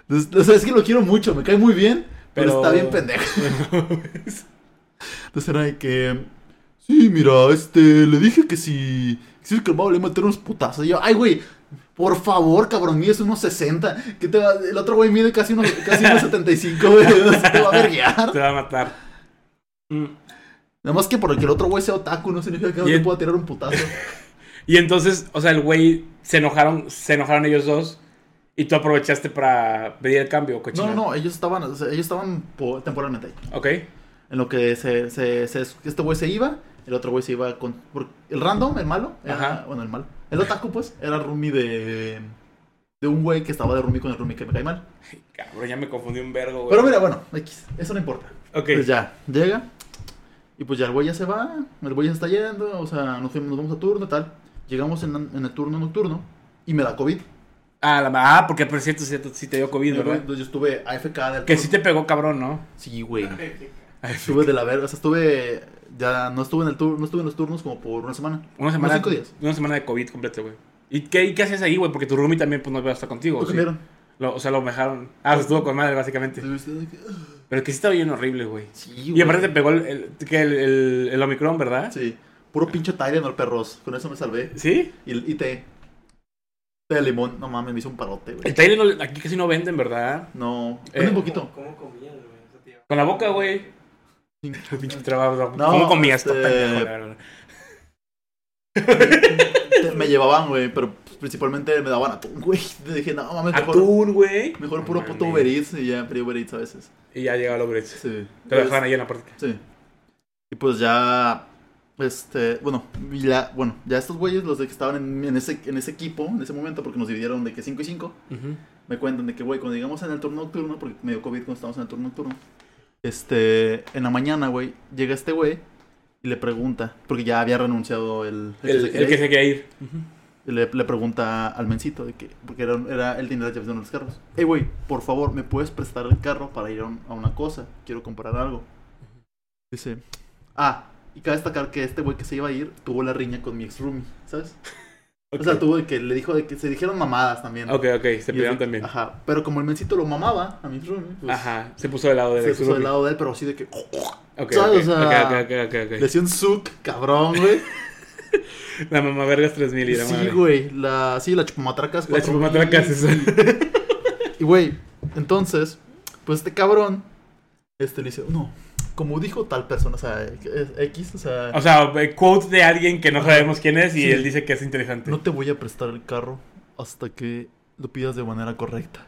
Entonces, o sea, es que lo quiero mucho, me cae muy bien, pero, Pero- está bien pendejo. Entonces era de que. Sí, mira, este, le dije que si. Si es que el vago le iba a meter unos putazos. Y yo, ay, güey, por favor, cabrón, mío es unos 60. ¿Qué te va? El otro güey mide casi unos, casi unos 75, güey. o sea, Te va a verguear. Te va a matar. Mm. Nada más que porque el otro güey sea otaku no significa que no Y te en- pueda tirar un putazo. Y entonces, o sea, el güey se enojaron, se enojaron ellos dos. Y tú aprovechaste para pedir el cambio, No, cochino. no, no, ellos estaban, o sea, ellos estaban po- temporalmente ahí. Ok. En lo que se, se, se- este güey se iba, el otro güey se iba con... por- el random, el malo, era- Ajá. bueno, el malo. El otaku, pues, era roomie de... De un güey que estaba de roomie con el roomie que me cae mal. Cabrón, ya me confundí un vergo, güey. Pero mira, bueno, X, eso no importa. Ok. Pues ya, llega. Y pues ya el güey ya se va, el güey ya está yendo, o sea, nos, fuimos- nos vamos a turno, tal. Llegamos en, en el turno nocturno y me da COVID. Ah, la ma- ah, porque por cierto, cierto, sí te dio COVID, ¿verdad? Entonces pues, yo estuve AFK del Que turno. sí te pegó, cabrón, ¿no? Sí, güey. Estuve de la verga, o sea, estuve. Ya no estuve en el turno, no estuve en los turnos como por una semana. Una semana. Unos cinco días. Una semana de COVID completa, güey. ¿Y qué, y qué haces ahí, güey? Porque tu roomie también, pues, no va a estar contigo. Lo ¿sí? cambiaron. Lo- o sea, lo dejaron. Ah, pues, estuvo con madre, básicamente. Pero que sí estaba bien horrible, güey. "Ah". Sí, Y güey. aparte te pegó el, el, que el, el- el Omicron, ¿verdad? Sí. Puro pinche Tylenol, perros. Con eso me salvé. ¿Sí? Y, y té. Té de limón. No mames, me hizo un parote, güey. El Tylenol aquí casi no venden, ¿verdad? No. Eh. Vende un poquito. ¿Cómo comías, güey? O sea, te llevaba- Con la boca, güey. Pinche trabajo. No, ¿Cómo comías esto, este- pendejo, la verdad? Té- me llevaban, güey, pero principalmente me daban atún, güey. Le dije, no mames, mejor. Atún, güey. Mejor No puro mames. puto Uber Eats. Y ya pedí Uber Eats Pues, a veces. Y ya llegaba el Uber Eats. Sí. Te lo dejaban ahí en la puerta. Sí. Y pues ya. Este. Bueno, y la- bueno ya estos güeyes, los de que estaban en, en ese, en ese equipo, en ese momento, porque nos dividieron de que 5 y 5, Ujú. me cuentan de que, güey, cuando llegamos en el turno nocturno, porque me dio COVID cuando estábamos en el turno nocturno, este. En la mañana, güey, llega este güey y le pregunta, porque ya había renunciado el. el que se El, quería el que ir, se quería ir. y le, le pregunta al mencito, de que, porque era, era él tenía las llaves de uno de los carros. Hey, güey, por favor, ¿me puedes prestar el carro para ir a, un- a una cosa? Quiero comprar algo. Dice, ah, y cabe destacar que este güey que se iba a ir tuvo la riña con mi ex roomie, ¿sabes? O sea, Ok. tuvo de que le dijo de que se dijeron mamadas también. Ok, ok, se Y pelearon es de- también. Ajá, pero como el mencito lo mamaba a mi ex roomie, pues Ajá, se puso del lado del se ex puso del roomie. lado de él, pero así de que Ok, ¿Sabes? ok, O sea, ok, ok, ok, ok. le hacía un suc, cabrón, güey. La mamá vergas 3000 y la sí, madre. güey, la, sí, la chupamatracas. La 4000. chupamatracas, eso. Y güey, entonces, pues este cabrón, este le dice, no, como dijo tal persona, o sea, es X, o sea, O sea, quote de alguien que no sabemos quién es y Sí. él dice que es interesante. no te voy a prestar el carro hasta que lo pidas de manera correcta.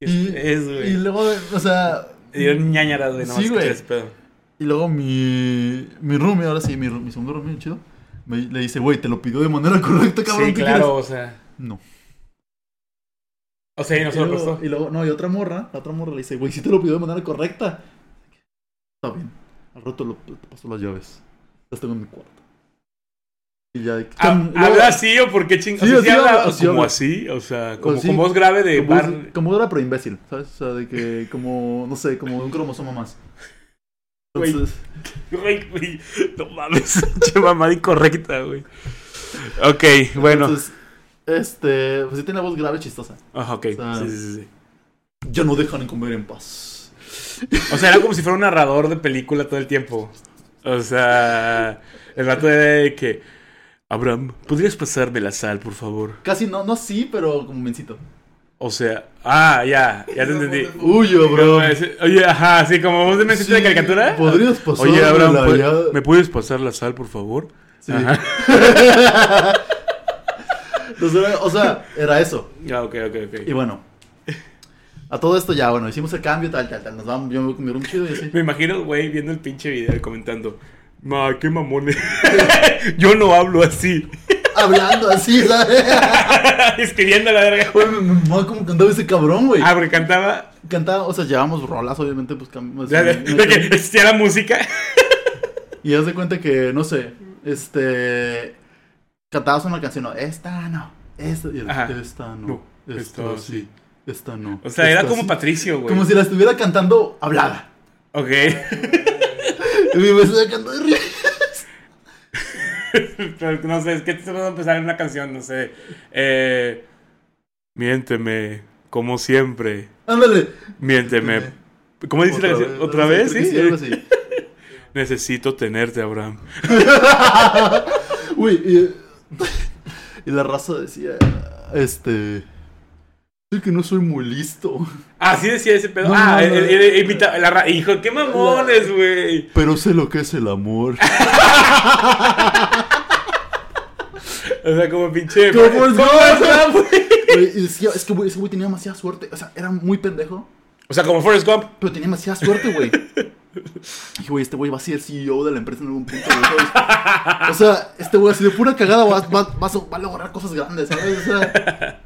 Es, es, güey. Y luego, o sea, Le dieron ñañaras, güey, Sí, nomás güey. que les pedo. y luego mi, mi roomie, ahora sí, mi, ru- mi segundo roomie, chido, me- le dice, güey, te lo pidió de manera correcta, cabrón, Sí, ¿qué claro, quieres?". o sea. No. O sea, y no se lo y, luego, prestó. y luego- no, y otra morra, la otra morra le dice, güey, sí te lo pidió de manera correcta. Está bien. Al rato lo, te paso las llaves. Las tengo en mi cuarto. Y ya de que. Ha- Luego- Ah, ¿Habla así o por qué chingados? Sí, o sea, sí así habla, habla, así como habla. así, o sea, como Así. con voz grave de como, bar. es- como era pero imbécil, ¿sabes? O sea, de que como, no sé, como de un cromosoma más. Güey. Entonces, Güey, güey, no mames, che mamada incorrecta, güey. Ok, bueno. entonces, este, pues sí tiene la voz grave chistosa. Ah, ok, o sea, sí, sí, sí. Ya no dejan en comer en paz. O sea, era como si fuera un narrador de película todo el tiempo. O sea, el rato de que. Abraham, ¿podrías pasarme la sal, por favor? Casi no, no sí, pero como mencito. O sea, ah, ya, ya te entendí. Uy, bro. Como ese- Oye, ajá, así como vos de mesita de caricatura. ¿Podrías pasar? Oye, la Abraham, ¿pu- llave? ¿me puedes pasar la sal, por favor? Sí. Ajá. Entonces, era- o sea, era eso. Ah, ok, ok, ok. Y bueno, a todo esto ya, bueno, hicimos el cambio, tal, tal, tal. Nos vamos, yo me voy a comer un chido y así. Me imagino, güey, viendo el pinche video y comentando. Ma, qué mamones. Yo no hablo así. Hablando así, ¿sabes? Escribiendo a la verga. Güey, me, me, me- como cantaba ese cabrón, güey. Ah, porque cantaba. Cantaba, o sea, llevábamos rolas, obviamente, pues cambiamos. De, de que existía la música. Y haz de cuenta que, no sé, este. Cantabas una canción, no, esta no, esta, y- Ajá. esta no, No, esta esta sí, esta no. O sea, era esta como sí. Patricio, güey. Como si la estuviera cantando hablada. Ok. Y me estaba cantando de risa. Pero no sé, es que te vas a empezar en una canción, no sé. Eh, miénteme, como siempre. Ándale. Miénteme. ¿Cómo dice la canción? ¿Otra vez? creo que ¿Sí? algo así. Necesito tenerte, Abraham. Uy, y, y la raza decía, este, es que no soy muy listo, Así decía ese pedo. No, ah, no, el- no. el- el- imita- la ra- Hijo, qué mamones, güey. pero sé lo que es el amor. O sea, como pinche. Como Forrest Gump. Forrest Gump, güey. Güey, y decía, es que güey, ese güey tenía demasiada suerte, o sea, era muy pendejo, O sea, como Forrest Gump. pero tenía demasiada suerte, güey. Dije, güey, este güey va a ser CEO de la empresa en algún punto, güey, ¿sabes? O sea, este güey así de pura cagada va, va, va a- va a lograr cosas grandes, ¿sabes? O sea,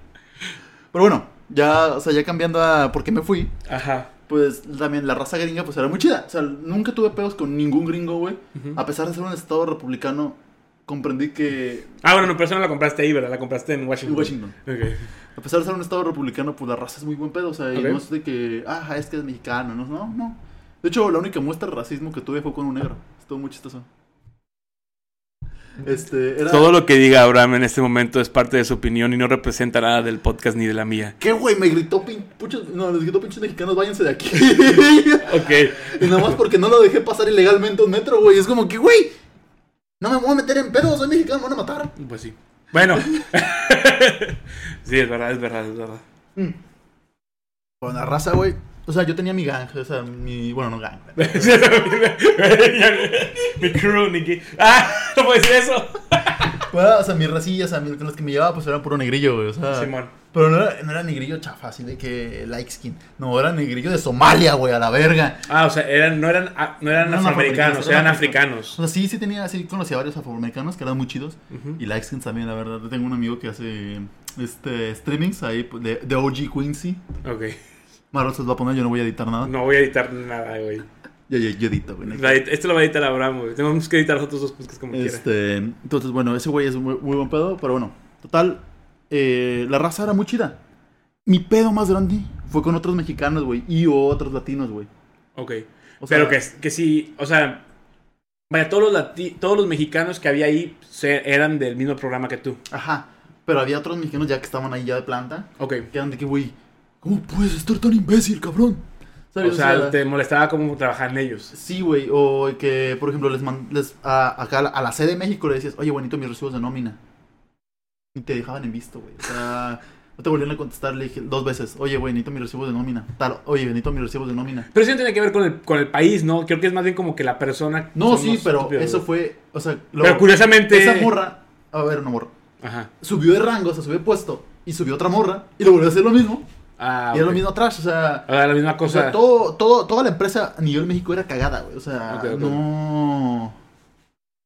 pero bueno, ya, o sea, ya cambiando a por qué me fui. Ajá. pues también la raza gringa pues era muy chida. O sea, nunca tuve pedos con ningún gringo, güey. A pesar de ser un estado republicano, comprendí que Ah, bueno, no, pero esa no la compraste ahí, ¿verdad? La compraste en Washington. en Washington, Ok. a pesar de ser un estado republicano, pues la raza es muy buen pedo. O sea, y Ok. no es de que, ah, es que es mexicano, no, no, no. De hecho, la única muestra de racismo que tuve fue con un negro. Estuvo muy chistoso. Este, era... Todo lo que diga Abraham en este momento es parte de su opinión y no representa nada del podcast ni de la mía. ¿Qué, güey? Me gritó pin... puchos- No, les gritó pinches mexicanos, váyanse de aquí. Ok. Y nada más porque no lo dejé pasar ilegalmente un metro, güey. Es como que, güey, no me voy a meter en pedo, soy mexicano, me van a matar. Pues sí. Bueno. sí, es verdad, es verdad, es verdad. Mm. Con la raza, güey. O sea, yo tenía mi gang, o sea, mi. Bueno, no gang. güey. Sí, es verdad. mi crew, Nicky. ¡Ah! No puede ser eso. Bueno, Pues, o sea, mis racillas, o sea, mi- con los que me llevaba, pues eran puro negrillo, güey. O sea, Simón. pero no era, no era negrillo chafa, así de que light skin. No, era negrillo de Somalia, güey, a la verga. Ah, o sea, eran, no eran, ah, no eran No eran afroamericanos, afroamericanos, eran eran O africanos. sea, sí, sí tenía, sí conocía varios afroamericanos que eran muy chidos. Y light skins también, la verdad. Yo Tengo un amigo que hace este streamings ahí pues, de, de OG Quincy. Ok. Marrón se los va a poner, yo no voy a editar nada. No voy a editar nada, güey. Yo, yo, yo edito, güey. no hay La edit- Esto lo va a editar Abraham, güey. Tenemos que editar los otros dos podcasts como quiera. Este, entonces, bueno, ese güey es muy, muy buen pedo, pero bueno, total, eh, la raza era muy chida. Mi pedo más grande fue con otros mexicanos, güey, y otros latinos, güey. Ok. O sea, Pero que, que sí, o sea, vaya, todos los, lati- todos los mexicanos que había ahí se- eran del mismo programa que tú. Ajá, pero había otros mexicanos ya que estaban ahí ya de planta, Ok. que eran de que, güey, ¿cómo puedes estar tan imbécil, cabrón? O ¿Sabes? sea, te molestaba cómo trabajaban ellos. Sí, güey, o que, por ejemplo, les, man- les a, acá a la, a la sede de México le decías, oye, bonito, mis recibos de nómina. Y te dejaban en visto, güey. O sea, no te volvieron a contestar, le dije dos veces, oye, güey, necesito mis recibos de nómina. Tal, oye, necesito mis recibos de nómina. Pero eso no tiene que ver con el, con el país, ¿no? Creo que es más bien como que la persona. No, son sí, los pero estúpidos, eso güey. fue, o sea, lo- Pero curiosamente. esa morra, a ver, una morra, Ajá. subió de rango, o sea, subió de puesto, y subió otra morra, y le volvió a hacer lo mismo, Ah, y era lo ok. mismo atrás, o sea, Ah, la misma O sea, cosa. todo, todo, toda la empresa a nivel México era cagada, güey. O sea, Ok, ok. no.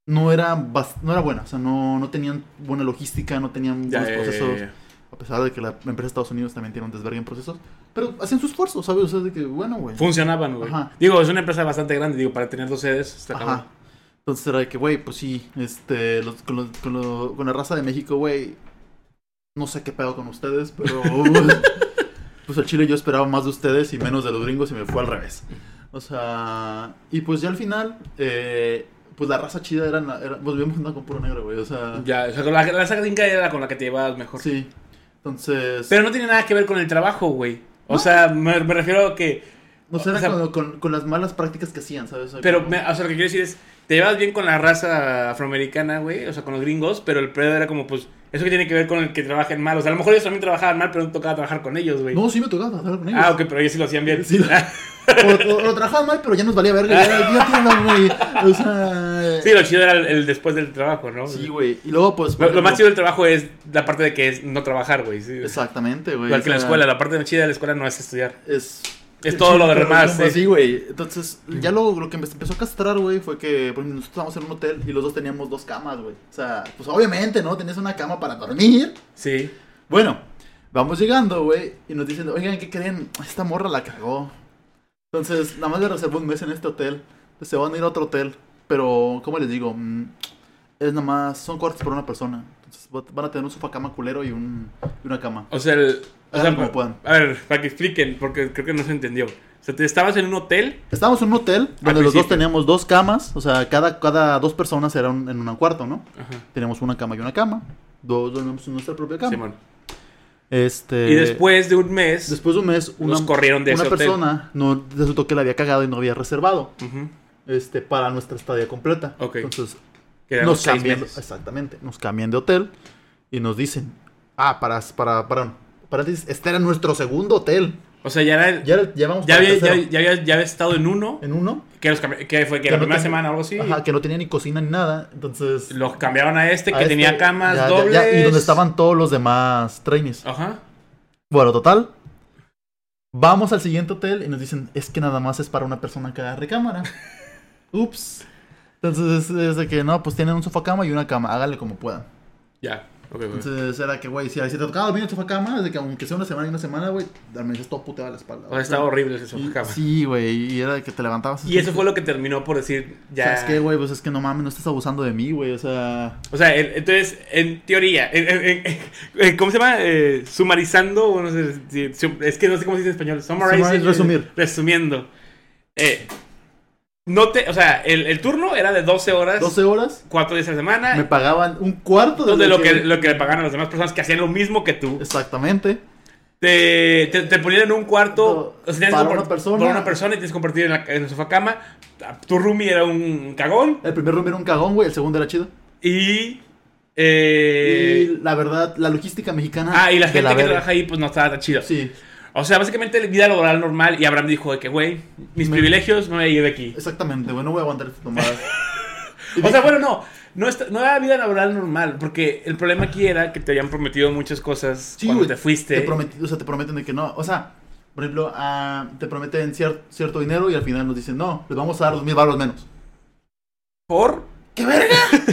No era, bas- no era buena. O sea, no, no tenían buena logística, no tenían Ya, buenos ya, ya, procesos. ya, ya. A pesar de que la empresa de Estados Unidos también tiene un desvergue en procesos. Pero hacían su esfuerzo, ¿sabes? O sea, de que, bueno, güey. Funcionaban, güey. Ajá. Digo, es una empresa bastante grande, digo, para tener dos sedes. Está Ajá. cabrón. Entonces era de que, güey, pues sí, este, los- con, los- con lo- con la raza de México, güey, no sé qué pedo con ustedes, pero pues al chile yo esperaba más de ustedes y menos de los gringos y me fue al revés. O sea, y pues ya al final, eh, pues la raza chida era, era pues habíamos andado con puro negro, güey, o sea, Ya, o sea, con la, la sardinca era la con la que te llevabas mejor. sí. Entonces, Pero no tiene nada que ver con el trabajo, güey. O sea, me, me refiero a que. no sé, era o sea- con, con- con las malas prácticas que hacían, ¿sabes? O sea, Pero, como- me- o sea, lo que quiero decir es, te llevas bien con la raza afroamericana, güey, o sea, con los gringos, pero el pedo era como, pues, eso que tiene que ver con el que trabajen mal. O sea, a lo mejor ellos también trabajaban mal, pero no tocaba trabajar con ellos, güey. No, sí me tocaba trabajar con ellos. ah, ok, pero ellos sí lo hacían bien. Sí. Ah, O, o- lo trabajaban mal, pero ya nos valía verga. Ya, ya tírala, güey. O sea. Sí, lo chido era el, el después del trabajo, ¿no? Sí, güey. Y luego, pues. por Lo, lo más chido ejemplo- del trabajo es la parte de que es no trabajar, güey. sí. Exactamente, güey. Igual que en la O sea, escuela, la parte chida de la escuela no es estudiar. Es. Es todo lo demás, Sí, sí. Sí, güey. Entonces, ya lo, lo que me empezó a castrar, güey, fue que, por ejemplo, nosotros estábamos en un hotel y los dos teníamos dos camas, güey. O sea, pues obviamente, ¿no? Tenías una cama para dormir. Sí. Bueno, vamos llegando, güey, y nos dicen, oigan, ¿qué creen? Esta morra la cagó. Entonces, nada más le reservo un mes en este hotel. Se van a ir a otro hotel. Pero, ¿cómo les digo? Mm, Es nada más, son cuartos para una persona. Entonces, va- van a tener un sofá cama culero y, un, y una cama. O sea, el, o sea, Háganlo como puedan. a ver, para que expliquen, porque creo que no se entendió. O sea, te estabas en un hotel. Estábamos en un hotel Al donde los dos principio. teníamos dos camas. O sea, cada, cada dos personas era un- en un cuarto, ¿no? Ajá. Teníamos una cama y una cama. Dos dormimos en nuestra propia cama. Simón. Este... y después de un mes. Después de un mes, una, Los corrieron de una ese hotel. persona no resultó que la había cagado y no había reservado Ujú. este, para nuestra estadía completa. Ok. Entonces, Quedaron nos seis cambian, meses. exactamente, nos cambian de hotel y nos dicen, ah, para, para, para, paréntesis, este era nuestro segundo hotel. O sea, ya era. el- Ya, era- ya vamos ya, para había, el ya, tercero. ya había, ya había estado en uno. en uno, Que, los cambi- que fue que Ya la no primera tengo- semana o algo así. ajá, que no tenía ni cocina ni nada, entonces... Los cambiaron a este, a que tenía este, camas ya- ya- dobles. ya, y donde estaban todos los demás trainees. Ajá. Bueno, total. Vamos al siguiente hotel y nos dicen, es que nada más es para una persona cada recámara. Ups. Entonces es de que no, pues tienen un sofá cama y una cama, háganle como puedan. Ya. Ok, ok. Entonces era que, güey, si, si te tocaba dormir en el sofá cama, es de que aunque sea una semana y una semana, güey, al menos todo puteado a la espalda. o sea, estaba horrible ese Y- sofá. Sí, güey, y era de que te levantabas. Y eso fue lo que terminó por decir ya. ¿Sabes qué, güey? Pues es que no mames, no estés abusando de mí, güey, o sea... O sea, en- entonces, en teoría, en- en- en- en- ¿cómo se llama? Eh, sumarizando, o no sé, si- si- es que no sé cómo se dice en español. Summarizing, Summarize, eh, resumir. Resumiendo. Eh, no te, o sea, el, el turno era de 12 horas, 12 horas, 4 días a la semana, me pagaban un cuarto de lo que, lo que le pagaban a las demás personas que hacían lo mismo que tú. Exactamente. Te, te, te ponían en un cuarto No, o sea, tenías para que compart- una persona. para una persona y tienes que compartir en, la, en el sofá cama. Tu roomie era un cagón El primer room era un cagón, güey, el segundo era chido. y... eh, Y la verdad, la logística mexicana. Ah, y la de gente que verga. trabaja ahí, pues no estaba tan chida. Sí, O sea, básicamente vida laboral normal. Y Abraham dijo de que, güey, mis Me- privilegios me voy a ir de aquí. exactamente, güey. No voy a aguantar estas tomadas. O sea, bueno, no. No, está- no era vida laboral normal. Porque el problema aquí era que te habían prometido muchas cosas Sí, cuando güey, te fuiste. Te prometi- o sea, te prometen de que no. O sea, por ejemplo, ah, te prometen cier- cierto dinero y al final nos dicen, no, les vamos a dar dos mil baros menos. ¿Por? ¡Qué verga!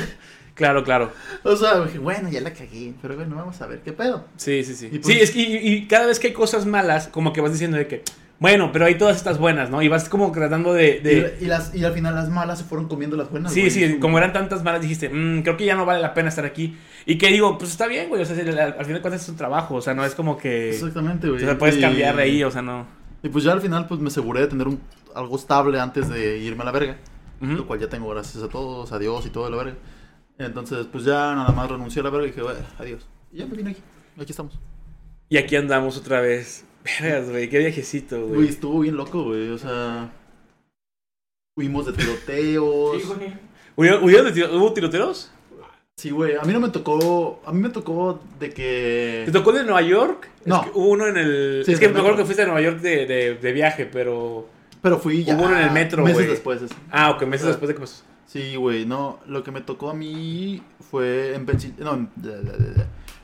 Claro, claro. O sea, dije, bueno, ya la cagué. Pero bueno, vamos a ver qué pedo. Sí, sí, sí. Y pues- sí, es que y, y cada vez que hay cosas malas, como que vas diciendo de que, bueno, pero hay todas estas buenas, ¿no? Y vas como tratando de... de- Y, y las, y al final las malas se fueron comiendo las buenas. Sí, güey. sí, como eran tantas malas, dijiste, "Mm, creo que ya no vale la pena estar aquí. Y que digo, pues está bien, güey, o sea, si al, al final de cuentas es un trabajo, o sea, no es como que... Exactamente, güey. O sea, puedes Y- cambiar de ahí, o sea, no. Y pues ya al final, pues me aseguré de tener un, algo estable antes de irme a la verga. Ujú. lo cual ya tengo gracias a todos, a Dios y todo de la verga. Entonces, pues ya nada más renuncié a la verga y dije, "Bueno, adiós. Y ya me vine aquí, aquí estamos. Y aquí andamos otra vez. Vergas, güey, qué viajecito, Güey, güey. estuvo bien loco, güey, o sea... Fuimos de tiroteos. ¿Hubo, hubo tiro- hubo tiroteos? Sí, güey, a mí no me tocó, a mí me tocó de ¿Te que... tocó el de Nueva York? No. Es que hubo uno en el. Sí, es que en el me acuerdo metro. que fuiste a Nueva York de, de- de viaje, pero. Pero fui ya... Hubo uno en el metro, Meses güey. después. eso. Ah, ok, meses Ah. después de que pasó. Sí, güey, no, lo que me tocó a mí fue en Pensil... No, en,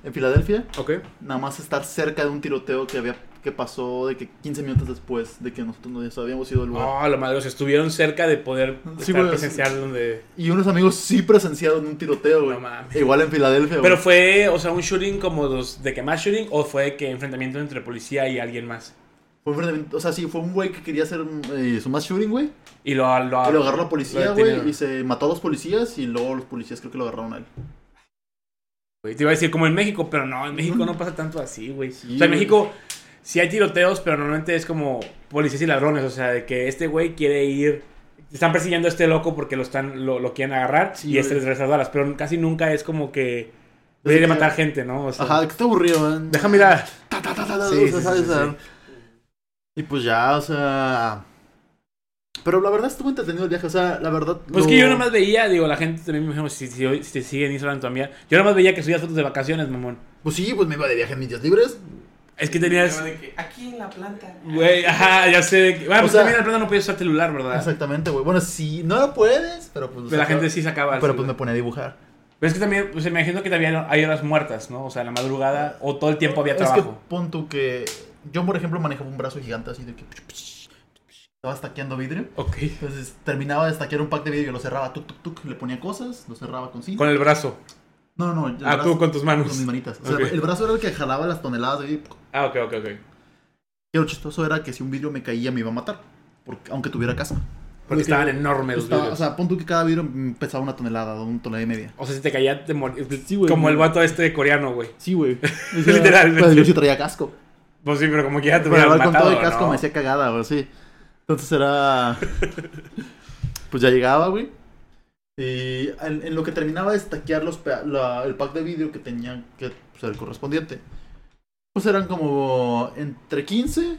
en Filadelfia. Ok. nada más estar cerca de un tiroteo que había que pasó de que 15 minutos después de que nosotros nos habíamos ido al lugar. Oh, la madre, o sea, estuvieron cerca de poder Sí, estar güey, presenciar donde. Y unos amigos sí presenciaron un tiroteo, güey. No mames. Igual en Filadelfia, Pero güey. fue, o sea, un shooting como dos. ¿De que más shooting? ¿O fue que enfrentamiento entre policía y alguien más? Fue un enfrentamiento- O sea, sí, fue un güey que quería hacer eh, su mass shooting, güey. Y lo, Y lo agarró la policía, lo güey. detuvieron. Y se mató a los policías y luego los policías creo que lo agarraron a él. Güey, Te iba a decir como en México, pero no, en México Ujú. no pasa tanto así, güey. Sí, o sea, güey. en México sí hay tiroteos, pero normalmente es como policías y ladrones. O sea, de que este güey quiere ir. Están persiguiendo a este loco porque lo están lo, lo quieren agarrar Sí, y este güey. les regresa balas. Pero casi nunca es como que Es voy a ir a que- matar gente, ¿no? O sea, Ajá, que está aburrido, güey. Déjame ir a- Ta, ta, ta, ta, ta, Sí, o sea, sí, sí, ¿sabes? sí, O sea, sí. Y pues ya, o sea. Pero la verdad estuvo entretenido el viaje, o sea, la verdad. Pues lo- que yo nada más veía, digo, la gente también me imagino si, si, hoy- si te siguen Instagram todavía. Yo nada más veía que subías fotos de vacaciones, mamón. Pues sí, pues me iba de viaje en mis días libres. Es que tenías. De que, Aquí en la planta. Güey, ajá, ya sé. de que- Bueno, O pues sea- también la planta no podías usar celular, ¿verdad? Exactamente, güey. Bueno, sí, no lo puedes, pero pues... Pero la sacaba- gente sí sacaba. el Pero pues me celular. ponía a dibujar. Pero es que también, pues me imagino que también hay horas muertas, ¿no? O sea, en la madrugada o todo el tiempo había Es que trabajo. pon tú que... Yo, por ejemplo, manejaba un brazo gigante así de que... Estaba estaqueando vidrio. Ok. Entonces terminaba de estaquear un pack de vidrio, lo cerraba, tuk, tuk, tuk, le ponía cosas, lo cerraba con cinta. Con el brazo. No, no, no. el Ah, brazo- tú con tus manos. Con mis manitas. O sea, Ok. el brazo era el que jalaba las toneladas de vidrio. Ah, ok, ok, ok. Y lo chistoso era que si un vidrio me caía me iba a matar. Porque, aunque tuviera casa. Porque Porque estaban enormes los Este, Estaba- vidrios. o sea, pon tú que cada vidrio mm, pesaba una tonelada, una tonelada y media. O sea, si te caía, te morías. pues, Sí, güey. Como el vato este coreano, güey. Sí, güey. O sea, Literalmente. Pero yo sí traía casco. Pues sí, pero como que ya te Pero hubieran hablar con matado, todo el casco ¿no? me hacía cagada, güey, sí. Entonces era. pues ya llegaba, güey. Y en, en lo que terminaba de estaquear los pea- la- el pack de vidrio que tenía que ser el correspondiente, pues eran como entre 15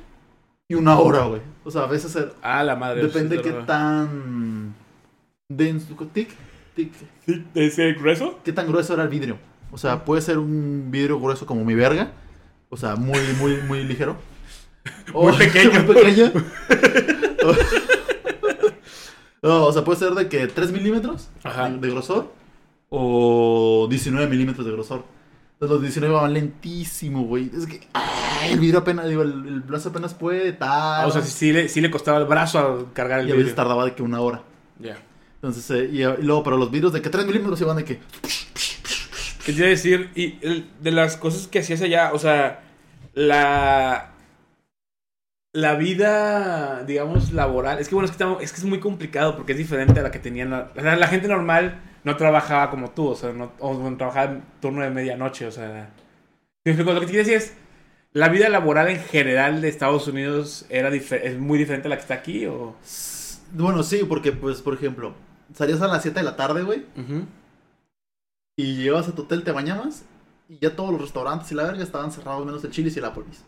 y una hora, güey. O sea, a veces era- Ah, la madre. depende sí, qué verdad. tan denso, tic, tic, ¿Sí? ¿Es el grueso? qué tan grueso era el vidrio. O sea, puede ser un vidrio grueso como mi verga. O sea, muy, muy, muy ligero. Muy pequeño. muy pequeño. O- no, o sea, puede ser de que 3 milímetros Ajá. de, de grosor o 19 milímetros de grosor. Entonces los 19 van lentísimo, güey. Es que ay, el vidrio apenas, digo, el, el brazo apenas puede Ah, tal. o sea, sí, sí le, sí le costaba el brazo a cargar y el a veces vidrio. tardaba de que una hora. Ya. Entonces, eh, y, y luego, pero los vidrios de que 3 milímetros iban de que ¿Qué quiere decir? Y el- de las cosas que hacías allá, o sea, la. La vida, digamos, laboral. Es que bueno, es que, estamos- es, que es muy complicado porque es diferente a la que tenían. La, o sea, la gente normal no trabajaba como tú, o sea, no o, bueno, trabajaba en turno de medianoche, o sea. ¿Me explico? Lo que te quiero decir es. ¿La vida laboral en general de Estados Unidos era dife- es muy diferente a la que está aquí? O... S- Bueno, sí, porque, pues, por ejemplo, salías a las 7 de la tarde, güey, y llegabas a tu hotel, te bañabas, y ya todos los restaurantes y la verga estaban cerrados, menos el Chili's y la Polis.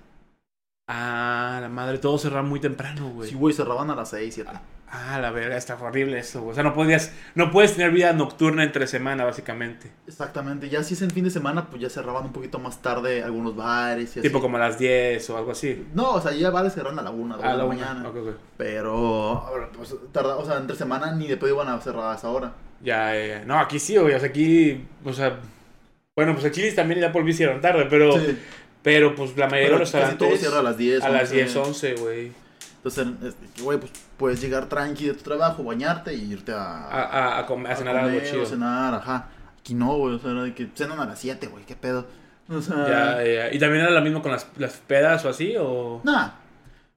Ah, la madre, todo cerraba muy temprano, güey. Sí, güey, cerraban a las 6, 7. Ah, la verga, está horrible eso, güey. O sea, no podías, no puedes tener vida nocturna entre semana, básicamente. Exactamente, ya si es en fin de semana, pues ya cerraban un poquito más tarde algunos bares y así. Tipo como a las 10 o algo así. No, o sea, ya bares cerraron a la 1, 2 A de la la una. mañana. Ok, ok. Pero, ahora, pues, tarda, o sea, entre semana ni de pedo iban a cerrar a esa hora. Ya, ya, ya. No, aquí sí, güey. O sea, aquí, o sea. Bueno, pues el Chilis también ya por mí hicieron tarde, pero. sí, Pero pues la mayoría pero de los casi todo restaurantes. cierra a las 10. A las 11. 10, 11, güey. Entonces, este, güey, pues puedes llegar tranqui de tu trabajo, bañarte y irte A, a, a com- a cenar comer algo o chido. cenar, ajá. Aquí no, güey, o sea, era de que cenan a las 7, güey, qué pedo. O sea, Ya, eh. ya. ¿Y también era lo mismo con las, las pedas o así? O... nada.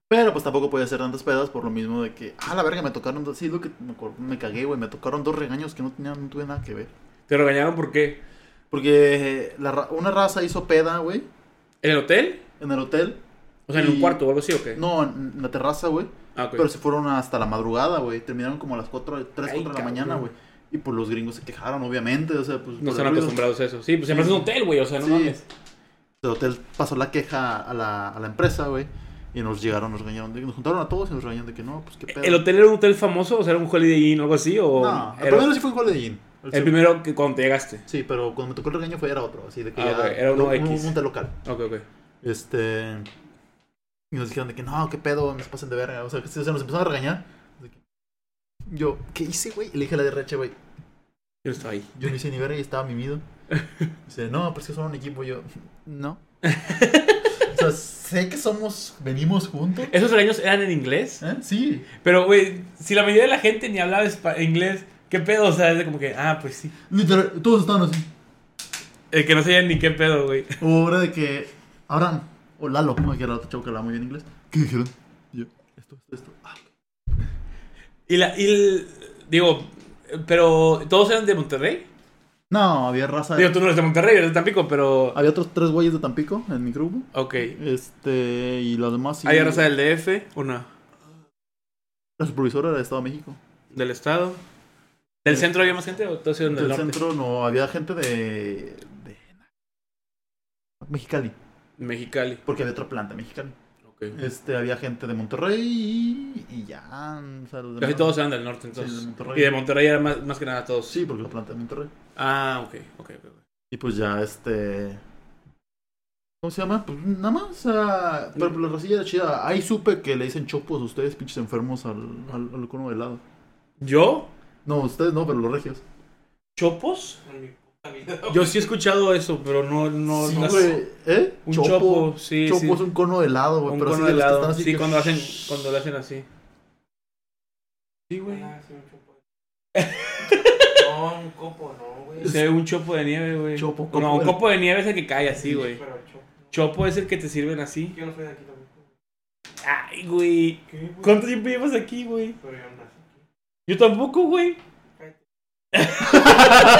Pero pues tampoco podía hacer tantas pedas por lo mismo de que, ah, la verga, me tocaron dos, sí, lo que me, acuerdo, me cagué, güey, me tocaron dos regaños que no tenían, no tuve nada que ver. ¿Te regañaron por qué? Porque eh, la ra- una raza hizo peda, güey, ¿En el hotel? en el hotel. O sea, en un Y- cuarto o algo así, ¿o qué? No, en en la terraza, güey. Ah, ok. Pero se fueron hasta la madrugada, güey. Terminaron como a las 4, 3, Ay, 4 de la cabrón. mañana, güey. Y pues los gringos se quejaron, obviamente, o sea, pues... No por están el ruido. acostumbrados a eso. Sí, pues siempre es un hotel, güey. O sea, no Sí. mames. El hotel pasó la queja a la, a la empresa, güey. Y nos llegaron, nos regañaron. de- Nos juntaron a todos y nos regañaron de que no, pues qué pedo. ¿El hotel era un hotel famoso? O sea, era un Holiday Inn o algo así. O No, el era- primero sí fue un Holiday Inn. el seg- primero que cuando te llegaste. Sí, pero cuando me tocó el regaño fue era otro. Así de que Ah, ya... ok, era uno lo- un, X. un hotel local. Ok, ok. Este... Y nos dijeron de que no, qué pedo, nos pasen de verga. O sea, que sí, o sea, nos empezaron a regañar. De que- Yo, ¿qué hice, güey? Y Le dije a la RH, güey. Yo no estaba ahí. Yo no hice ni verga y estaba mimido. Dice, no, pues que son un equipo. Yo, no. o sea, sé que somos... Venimos juntos. Esos regaños eran en inglés. ¿Eh? Sí. Pero, güey, si la mayoría de la gente ni hablaba espa- inglés, ¿qué pedo? O sea, es de como que, ah, pues sí. Literal, todos estaban así. El que no sabía ni qué pedo, güey. O era de que Abraham o Lalo, ¿no? que era otro chavo que hablaba muy bien inglés. ¿Qué dijeron? Y Yo, esto, esto, esto. Ah, Y la. Y el- digo, pero todos eran de Monterrey. No, había raza. Digo, tú no eres de Monterrey, eres de Tampico, pero. Había otros tres güeyes de Tampico en mi grupo. Ok. Este, y los demás sí. ¿Hay raza del DF o no? La supervisora era de Estado de México. ¿Del Estado? ¿Del centro había más gente o todos eran del, Del norte? centro no, había gente de. de. Mexicali, Mexicali. porque había otra planta en Mexicali. Ok. Este, había gente de Monterrey y, y ya. O sea, los Casi demás- todos eran del norte, entonces. Sí, de Monterrey. Y de Monterrey eran más, más que nada todos. Sí, porque la planta de Monterrey. Ah, ok, ok, ok. ok. Y pues ya, este. ¿Cómo se llama? Pues nada más. o sea, pero la racilla era chida. Ahí supe que le dicen chopos ustedes, pinches enfermos, al, al, al cono de helado. ¿Yo? No, ustedes no, pero los regios. ¿Chopos? En mi puta vida. Yo sí he escuchado eso, pero no... no Sí, las- güey. ¿Eh? Un chopo, sí, Chopo sí. es un cono de helado, güey. Un pero cono así de de los que helado. están así sí, que- cuando, hacen, cuando lo hacen así. Sí, güey. Ah, sí, un chopo. No, un copo no, güey. Se ve un chopo de nieve, güey. Chopo, copo no, un de- copo de nieve es el que cae así, güey. Pero chopo. Chopo es el que te sirven así. Yo no soy de aquí tampoco. Ay, güey. ¿Qué, güey? ¿Cuánto tiempo llevas aquí, güey? Pero yo no nací aquí. Yo tampoco, güey. Cállate.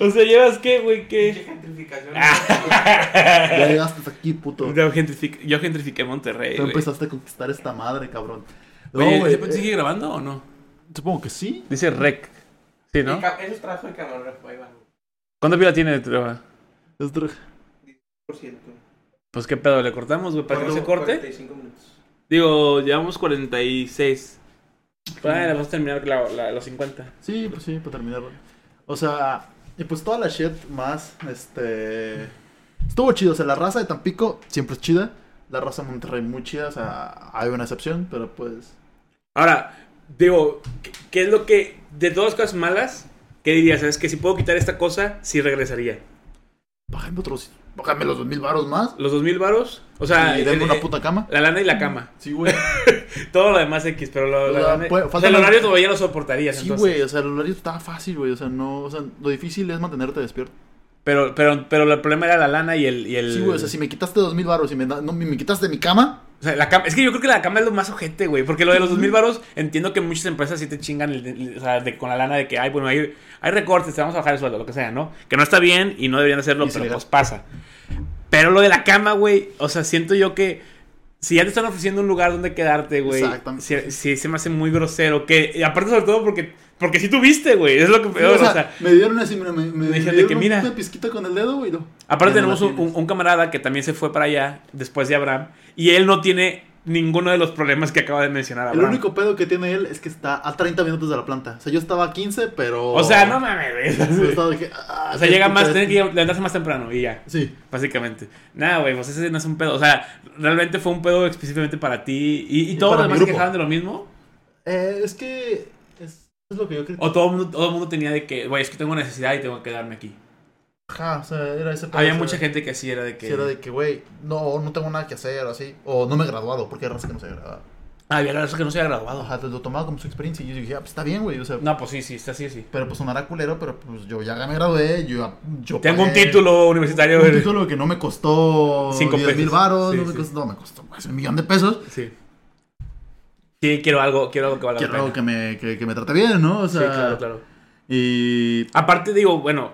O sea, ¿llevas qué, güey? ¿Qué? Pinche gentrificación. Ah, Ya llegaste hasta aquí, puto. Yo gentrific- yo gentrifiqué Monterrey, Tú güey. empezaste a conquistar esta madre, cabrón. No, Oye, güey. ¿ese pedo ¿sigue grabando o no? eh, supongo que sí. Dice rec. Sí, El ¿no? ca- Eso es trabajo de camarógrafo, ahí van. ¿Cuánta pila tiene de trabajo? Es dr- Por ciento. Pues qué pedo, ¿le cortamos, güey? ¿Para que no se corte? 45 minutos. Digo, llevamos 46. Bueno, vamos a terminar la- la- los 50. Sí, pues sí, para terminarlo. O sea, y pues toda la shit más, este... Estuvo chido, o sea, la raza de Tampico siempre es chida. La raza de Monterrey muy chida, o sea, hay una excepción, pero pues... Ahora, digo, ¿qué- ¿qué es lo que. De todas las cosas malas, ¿qué dirías? ¿Sabes que si puedo quitar esta cosa, sí regresaría? Bájame otros... Bájame los dos mil varos más. ¿Los 2000 varos? O sea, y denme el- eh, una puta cama. la lana y la cama. Sí, güey. Todo lo demás X, pero lo- O la sea, lana- puede- o sea, falta el la- horario todavía lo soportarías. Sí, entonces. güey, o sea, el horario estaba fácil, güey. O sea, no... O sea, lo difícil es mantenerte despierto. Pero, pero, pero el problema era la lana y el. y el- Sí, güey, o sea, si me quitaste dos mil baros y me, da- no, me me quitaste mi cama... o sea, la cama. Es que yo creo que la cama es lo más ojete, güey. Porque lo de los 2000 varos, entiendo que muchas empresas sí te chingan el- el- o sea, de- con la lana de que, ay, bueno, hay, hay recortes, te vamos a bajar el sueldo, lo que sea, ¿no? Que no está bien y no deberían hacerlo, Y es pero ilegal. pues pasa. Pero lo de la cama, güey, o sea, siento yo que. Si ya te están ofreciendo un lugar donde quedarte, güey. Exactamente. Sí, sí se me hace muy grosero. Que, y aparte, sobre todo, porque, porque sí tuviste, güey. Es lo que peor. o, sea, o sea, me dieron así, mira, me, me, me dijeron me de dieron que, un- mira. una pizquita con el dedo, güey. no. Aparte Ya no la tenemos un, tienes. un- un camarada que también se fue para allá después de Abraham y él no tiene ninguno de los problemas que acaba de mencionar El Abraham. único pedo que tiene él es que está a 30 minutos de la planta. O sea, yo estaba a 15, pero... O sea, no mames, güey. Yo O estaba de que, ah, sea, qué llega puta más, es. tiene que levantarse más temprano y ya, Sí, básicamente. Nada, güey, pues ese no es un pedo. O sea, realmente fue un pedo específicamente para ti y, y Y todos los para mi demás se grupo. quejaban de lo mismo. Eh, es que es, es lo que yo creo. O todo el mundo, todo el mundo tenía de que, güey, es que tengo necesidad y tengo que quedarme aquí. Ajá, o sea, era ese pedo, o Había sea, mucha gente que así era de que que... era de que, güey, no, no tengo nada que hacer, o así. O no me he graduado, porque hay raza que no se ha graduado. Ah, había la que no se había graduado. Ajá, lo tomaba como su experiencia y yo dije, ah, pues está bien, güey, o sea... No, pues sí, sí, está así, sí. Pero pues sonará culero, pero pues yo ya me gradué, yo, yo Tengo un pagué. título universitario. Pues, eh, Un güey. título que no me costó Cinco 10 mil pesos. baros, Sí, no, me sí. costó, no me costó pues, un millón de pesos. Sí. Sí, quiero algo, quiero algo que valga Quiero la algo pena. que ah, me, que, que me trate bien, ¿no? O sea, sí, claro, claro. Y Aparte digo, bueno,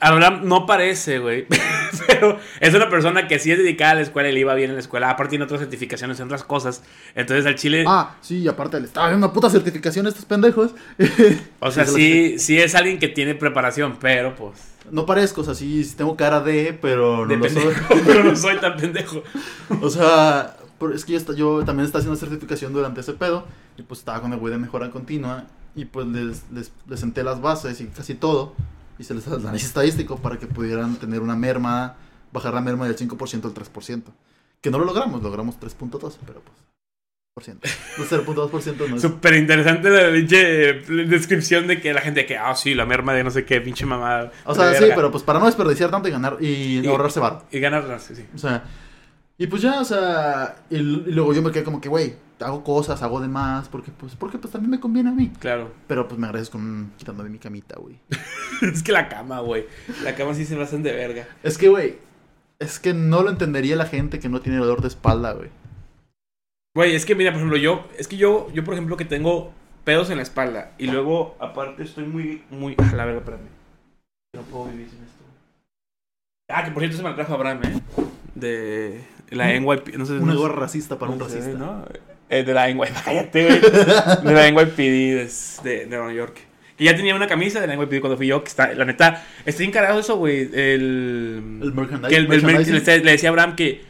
Abraham no parece, güey, pero es una persona que sí es dedicada a la escuela y le iba bien en la escuela. Aparte tiene otras certificaciones en otras cosas. Entonces al chile, Ah, sí, y aparte le estaba dando una puta certificación a estos pendejos. o sea, sí, sí, sí es alguien que tiene preparación, pero pues... No parezco, o sea, sí, sí tengo cara de, pero no de lo soy. pendejo, pero no soy tan pendejo. O sea, por- es que yo, esta- yo también estaba haciendo certificación durante ese pedo. Y pues estaba con el güey de mejora continua. Y pues les, les, les senté las bases y casi todo. Y se les hizo el análisis estadístico para que pudieran tener una merma, bajar la merma del 5% al 3%. Que no lo logramos, logramos 3.2, pero pues. Por ciento. Los 0.2% no es. Súper interesante la pinche eh, descripción de que la gente que, ah, sí, la merma de no sé qué, pinche mamada. O sea, de sí, verga". pero pues para no desperdiciar tanto y ganar y, Y- ahorrarse varo. Y ganar, sí, sí. O sea, y pues ya, o sea, y, l- y luego yo me quedé como que, güey, hago cosas, hago de más, porque pues, porque pues también me conviene a mí. Claro. Pero pues me agradezco mm, quitándome mi camita, güey. Es que la cama, güey. La cama sí se me hacen de verga. Es que, güey, es que no lo entendería la gente que no tiene dolor de espalda, güey. Güey, es que mira, por ejemplo, yo, es que yo, yo por ejemplo que tengo pedos en la espalda y luego aparte estoy muy, muy, a la verga, espérame. No puedo vivir sin esto. Ah, que por cierto se me la trajo Abraham, eh. De la NYP, no sé. Una no sé- gorra racista para un no sé, racista. ¿no? Eh, de la NYPD, cállate, güey. De la NYPD de, de, de Nueva York. Que ya tenía una camisa de la NYPD cuando fui yo, que está, la neta, estoy encargado de eso, güey. El... El merchandise- Que el- el mer- merchandising. le, decía- le decía a Abraham que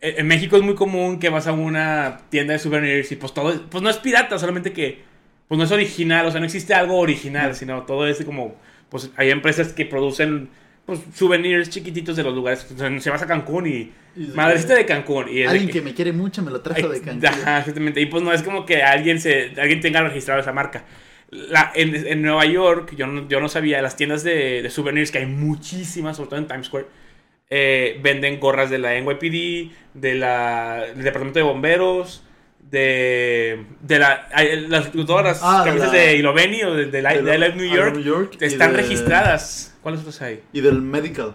eh, en México es muy común que vas a una tienda de souvenirs y pues todo, es- pues no es pirata, solamente que pues no es original, o sea, no existe algo original, sino todo es como, pues hay empresas que producen pues, souvenirs chiquititos de los lugares. O sea, se vas a Cancún y. Y- Madrecita de Cancún. Y es de Alguien que- que me quiere mucho me lo trajo de Cancún. Ajá, exactamente. Y pues no es como que alguien se alguien tenga registrado esa marca. La- en, en Nueva York, yo no, yo no sabía, las tiendas de, de souvenirs, que hay muchísimas, sobre todo en Times Square, eh, venden gorras de la NYPD, de la, del Departamento de Bomberos, de, de la, hay- las, todas las Ah, de camisetas la- de Iloveni o de, de, la- De de I la- Love New I Love York, York y están de- registradas. ¿Cuáles otras hay? Y del medical.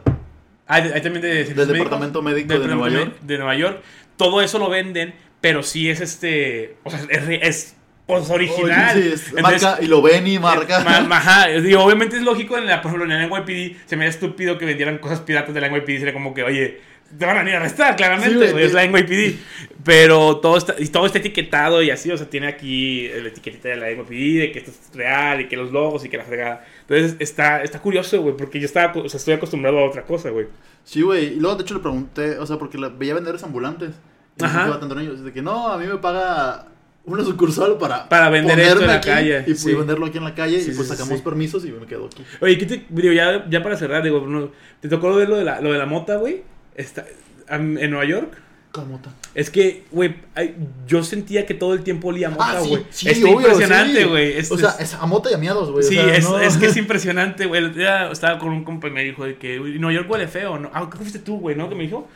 Ah, de- hay también de servicios médicos. Departamento Médico de Nueva Departamento York. de Nueva York. Todo eso lo venden, pero sí es este. O sea, es, re- es, pues, original. Oye, sí, es Entonces, marca y lo ven y marca. eh, ma- ma- ajá, digo, obviamente es lógico en la, por ejemplo, en el NYPD se me era estúpido que vendieran cosas piratas del NYPD, sería como que, oye, te van a venir a arrestar, claramente, Sí, güey, güey, es te- la NYPD. Pero todo está, y todo está etiquetado y así, o sea, tiene aquí la etiquetita de la NYPD, de que esto es real y que los logos y que la fregada. Entonces está, está curioso, güey, porque yo estaba, o sea, estoy acostumbrado a otra cosa, güey. Sí, güey. Y luego, de hecho, le pregunté, o sea, porque la- veía vendedores ambulantes. Y Ajá. Ajá. tanto en ellos. De que no, a mí me paga una sucursal para, Para vender esto ponerme en la aquí calle, Y, sí. y venderlo aquí en la calle. Sí, y pues sí, sí, sacamos sí. permisos y me quedo aquí. Oye, ¿qué te, digo, ya, ya para cerrar, digo, no, ¿te tocó ver lo de la, lo de la mota, güey? Está- am- en Nueva York. Camota. Es que, güey, ay, yo sentía que todo el tiempo olía a mota, güey. Ah, Está obvio, impresionante, sí. güey. Es- O sea, es- es a mota y a miados, güey. o sí, sea, es, no- es que es impresionante, güey. El otro día estaba con un compa y me dijo de que "Uy, Nueva York huele feo, ¿no? Ah, ¿qué fuiste tú, güey? ¿No? Que me dijo.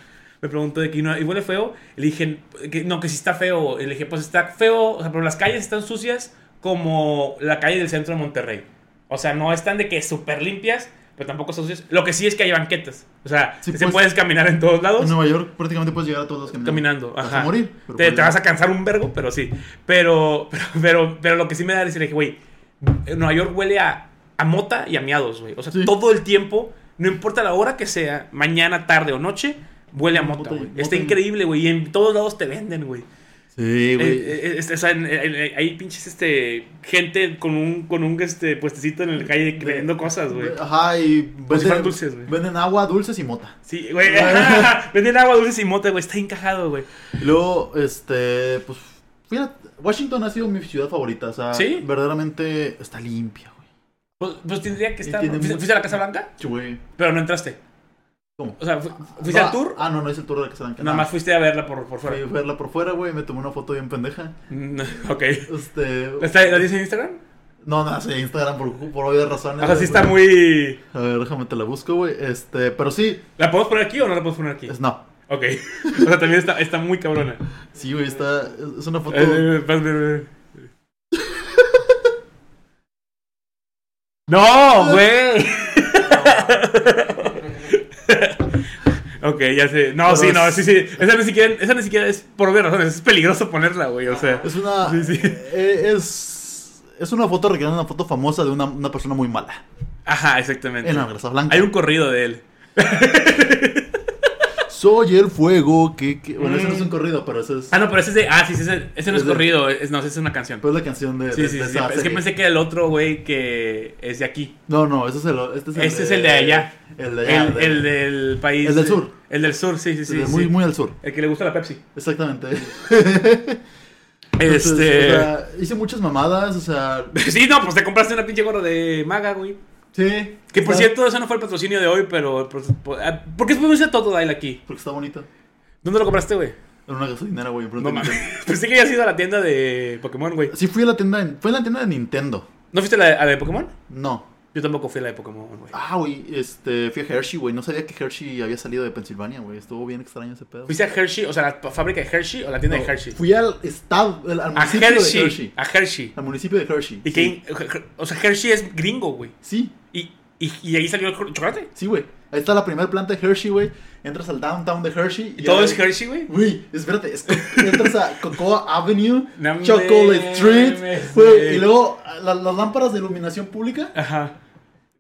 Me preguntó de que "No, ¿y huele feo. Le dije, que, no, que si está feo. Y le dije, pues está feo. O sea, pero las calles están sucias como la calle del centro de Monterrey. O sea, no están de que súper limpias, pero tampoco están sucias. Lo que sí es que hay banquetas. O sea, Sí, se pues, puedes caminar en todos lados En Nueva York prácticamente puedes llegar a todos los caminando. caminando. Te vas ajá. a morir. pero pues Te, puedes te vas a llegar. cansar un vergo, pero sí. Pero, pero, pero, pero lo que sí me da es decir, güey, Nueva York huele a, a mota y a miados, güey. O sea, Sí. todo el tiempo, no importa la hora que sea, mañana, tarde o noche, huele a mota, Mota y- güey. mota Está y- increíble, güey. Y en todos lados te venden, güey. Sí, Eh, güey. eh, este, o sea, en- en- en- hay pinches este, gente con un, con un este, puestecito en la calle que De- vendiendo cosas, güey. Ajá, y Como si fueran venden, dulces, güey. venden agua, dulces y mota. Sí, güey. venden agua dulce y mota, güey. Está encajado, güey. Y luego, este, pues, fíjate, Washington ha sido mi ciudad favorita. O sea, ¿Sí? verdaderamente está limpia, güey. Pues, pues tendría que Y estar. tiene ¿Fuiste- mu- ¿Fuiste a la Casa Blanca? Sí, güey. Pero no entraste. ¿Cómo? O sea, fu- fuiste No, al tour, Ah, no, no es el tour de la Casa Blanca. nada más fuiste a verla por, por Fui fuera. a verla por fuera, güey. Me tomé una foto bien pendeja. Mm, ok. Este. ¿Está, ¿La dice en Instagram? No, no, sí, Instagram por, por obvias razones. O sea, güey. sí está muy. A ver, déjame te la busco, güey. Este, pero sí, ¿La podemos poner aquí o no la podemos poner aquí? es no. Ok. O sea, también está, está muy cabrona. Sí, güey, está. Es una foto. Eh, eh, vas, ve, ve, ve. ¡No, güey! ok, ya sé. No, Pero sí, no, es- sí, sí. Esa ni siquiera, esa ni siquiera es por obvias razones. Es peligroso ponerla, güey. O sea. Es una. Sí, sí. eh, es. Es una foto recreando una foto famosa de una, una persona muy mala. Ajá, exactamente. En la grasa blanca. Hay un corrido de él. Soy el fuego que. que- Bueno, ese Mm. no es un corrido, pero ese es. Ah, no, pero ese es de. Ah, sí, sí, ese, ese no es Es de- corrido. Es, no, ese es una canción. Pero es pues la canción de. Sí, de- sí, de sí. esa Es que serie. pensé que el otro, güey, que es de aquí. No, no, ese es el. Este es el, Este es el de allá. El de allá. El, de- el del país. El del de- sur. El del sur, sí, sí, sí. de sí. muy, muy al sur. El que le gusta la Pepsi. Exactamente. Entonces, Este. o sea, hice muchas mamadas, o sea. Sí, no, pues te compraste una pinche gorra de maga, güey. Sí. Que está- por cierto, eso no fue el patrocinio de hoy, pero. pues, po- ah, ¿Por qué pusiste todo Dial aquí? Porque está bonito. ¿Dónde lo compraste, güey? En una gasolinera, güey. enfrente No de mi mames. Pensé que habías ido a la tienda de Pokémon, güey. casa. Sí, fui a la tienda. en- Fue en la tienda de Nintendo. ¿No fuiste a la, a la de Pokémon? No. Yo tampoco fui a la de Pokémon, güey. Ah, güey. Este, fui a Hershey, güey. No sabía que Hershey había salido de Pensilvania, güey. Estuvo bien extraño ese pedo. ¿Fuiste a Hershey? O sea, la p- fábrica de Hershey o la tienda No, de Hershey. Fui al estado, al, al A municipio Hershey, de Hershey. A Hershey. Al municipio de Hershey. Y sí. que, Her- Her- o sea, Hershey es gringo, güey. Sí, Y, y, y ahí salió el cho- chocolate. sí, güey. Ahí está la primera planta de Hershey, güey. Entras al downtown de Hershey. Y todo ahí- es Hershey, güey. Güey, espérate, es co- entras a Cocoa Avenue, No mames, Chocolate güey. Street, güey, y luego la- las lámparas de iluminación pública Ajá.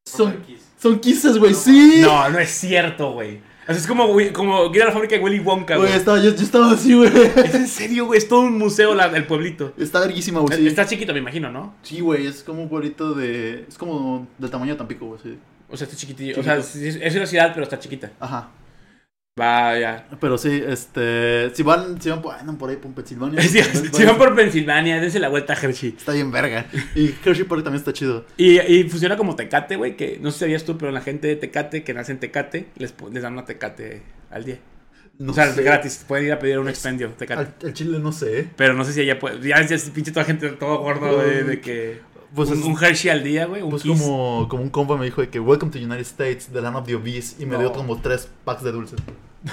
son, Kiss. son kisses, güey, sí. No, no es cierto, güey. O sea, es como, güey, como ir a la fábrica de Willy Wonka, Güey, güey. estaba, yo, yo estaba así, güey. Es en serio, güey. Es todo un museo la, el pueblito. Está verguísima, güey. Sí. Está chiquito, me imagino, ¿no? Sí, güey, es como un pueblito de. Es como del tamaño de Tampico, güey, sí. O sea, está chiquitillo. O sea, sí, es es una ciudad, pero está chiquita. Ajá. Vaya. Pero sí, este. Si van, si van por, andan por ahí por Pensilvania. Si, pues, si van por Pensilvania, dense la vuelta a Hershey. Está bien verga. Y Hershey Park también está chido. Y, y funciona como Tecate, güey, que no sé si sabías tú, pero la gente de Tecate, que nace en Tecate, les, po- les dan una Tecate al día. No o sea, sé. gratis, pueden ir a pedir un expendio Tecate. Al, al chile no sé. ¿eh? Pero no sé si ella puede. Ya es pinche toda gente todo gordo, güey, de que. Pues un, es- un Hershey al día, güey. Un Pues Kiss. como, como un compa me dijo de que Welcome to United States, the land of the obese, y me No. dio como tres packs de dulces.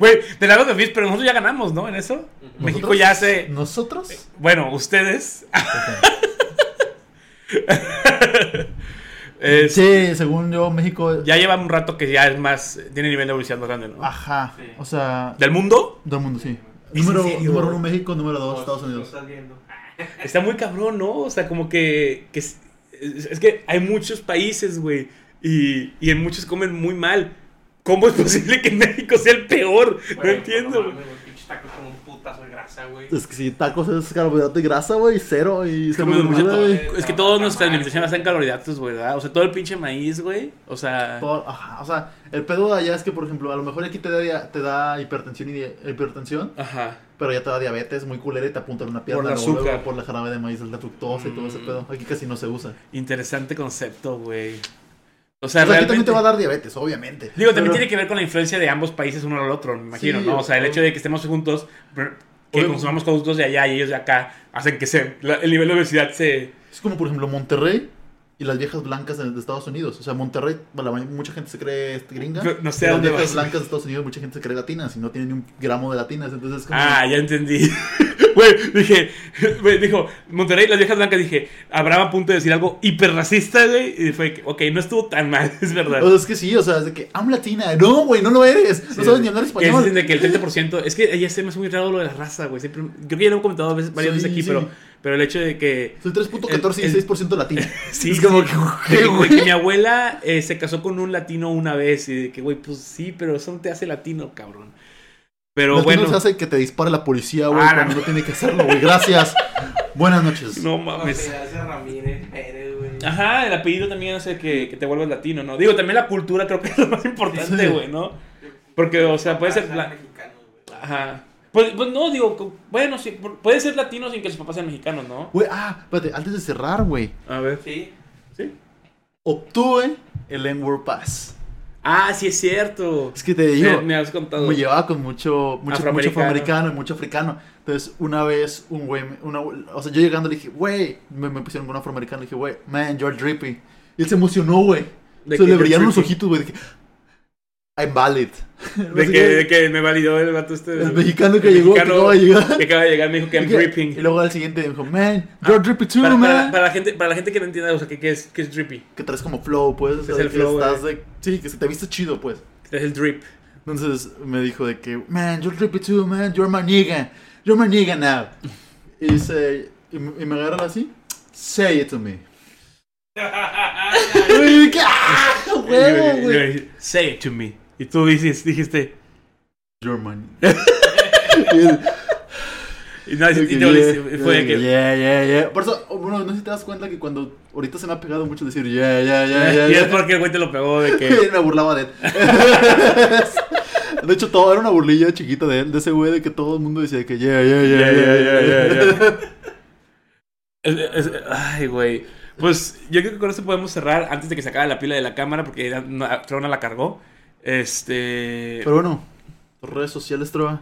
Güey, de lado de Fizz, pero nosotros ya ganamos, ¿no? En eso. México ya se. Eh. ¿Nosotros? Bueno, ustedes. eh, Sí, según yo, México. Ya lleva un rato que ya es más. Tiene nivel de evolución más grande, ¿no? Ajá. Sí. O sea, Del mundo. del mundo, sí. ¿Es en Número, serio? número uno, México. Número dos, No, Estados lo Unidos. estás viendo. Está muy cabrón, ¿no? O sea, como que. que es, es- es que hay muchos países, güey. Y, y en muchos comen muy mal. ¿Cómo es posible que México sea el peor? no Güey, entiendo, mames, güey. Los pinches tacos con un putazo de grasa, güey. Es que sí, tacos es carbohidrato y grasa, güey, cero y Es que, cero me- comida, todo- güey. es que todos nuestra alimentación va a ser en carbohidratos, güey, ¿verdad? O sea, todo el pinche maíz, güey. O sea. Todo- ajá, o sea, el pedo de allá es que, por ejemplo, a lo mejor aquí te da, te da hipertensión y di- hipertensión, Ajá. pero ya te da diabetes muy culera y te apuntan una pierna Por la luego, luego, azúcar. por la jarabe de maíz, la fructosa y todo ese Mm. pedo. Aquí casi no se usa. Interesante concepto, güey. O O sea, sea, aquí también realmente. te va a dar diabetes, obviamente. Digo, también Pero- tiene que ver con la influencia de ambos países uno al otro, me imagino, Sí, ¿no? O sea, el o- hecho de que estemos juntos, pero que Obvio. consumamos productos de allá y ellos de acá, hacen que se, la- el nivel de obesidad se. Es como, por ejemplo, Monterrey y las viejas blancas de de Estados Unidos. O sea, Monterrey, la ma- mucha gente se cree este, gringa. Pero no sé y a las dónde viejas vas. blancas de Estados Unidos, mucha gente se cree latinas y no tienen ni un gramo de latinas. Entonces, es como. Ah, ya entendí. Güey, dije, güey, dijo, Monterrey, las viejas blancas, dije, habrá a punto de decir algo hiperracista, güey. Y fue que, ok, no estuvo tan mal, es verdad. O sea, es que sí, o sea, es de que I'm latina. No, güey, no lo eres. Sí, no sabes sí. ni hablar Que dicen español. de que el 30%. Es que ya se me hace muy raro lo de la raza, güey. Siempre, creo que ya lo he comentado a veces- varias Sí, veces aquí, sí. pero, pero el hecho de que. Soy 3.14 y El- el- 6% latino. Sí, es como sí. que, de que, güey. de que mi abuela eh, se casó con un latino una vez. Y de que, güey, pues sí, pero eso no te hace latino, cabrón. Pero Latino bueno. se hace que te dispare la policía, güey, Ah, cuando no. no tiene que hacerlo, güey. Gracias. Buenas noches. No No, mames. Ah, te hace Ramírez Pérez, güey. Ajá, el apellido también hace que, que te vuelvas latino, ¿no? Digo, también la cultura creo que es lo más importante, Sí. güey, ¿no? Porque, o sea, puede ser Raza blan- mexicano, güey. Ajá. Pues, pues no, digo, co- bueno, sí, por- puede ser latino sin que sus papás sean mexicanos, ¿no? Güey, ah, espérate, antes de cerrar, güey. A ver. Sí. ¿Sí? Obtuve el N-Word Pass. Ah, sí es cierto. Es que te Me, digo. me has contado. Me llevaba con mucho, mucho Afroamericano. afroamericano. mucho afroamericano y mucho africano. Entonces, una vez, un güey, me- una, o sea, yo llegando le dije, güey, me, me pusieron con un afroamericano, le dije, güey, man, you're drippy. Y él se emocionó, güey. De Se que le you're brillaron los drippy. ojitos, güey. Dije, I'm valid. De que, de que me validó el vato este. El mexicano que llegó, que mexicano acaba de llegar. que acaba de llegar me dijo que I'm Dije, dripping. Ah, Y luego al siguiente me dijo, man, you're drippy too, Para, man. para- para la gente, para la gente que no entienda, o sea, que, que es, que es drippy. Que traes como flow, pues. o sea, Es el que flow, estás de- Sí, que se te viste chido, pues. Que es el drip. Entonces me dijo de que, man, you're trippy too, man, you're my nigga, you're my nigga now. Y, dice, y, me- y me agarran así, say it to me. y yo dije, ¡ah! ¡Huevo, Y yo- güey! y yo- Say it to me. Y tú dices, dijiste. You're my nigga. Y él- Y no, y yo dije, te volviste, "Yeah". Fue Yo de dije, que. Yeah, yeah, yeah. Por eso, bueno, no sé si te das cuenta que cuando ahorita se me ha pegado mucho decir, yeah, yeah, yeah, yeah. Y es yeah". porque el güey te lo pegó de que. me burlaba de él. De hecho, todo era una burlilla chiquita de él, de ese güey, de que todo el mundo decía que yeah, yeah, yeah, yeah, Ya, ya, yeah, ya, ya, ya. Es- es- Ay, güey. Pues yo creo que con esto podemos cerrar antes de que se acabe la pila de la cámara porque ya no- Trona la cargó. Este. Pero bueno, redes sociales, Trova.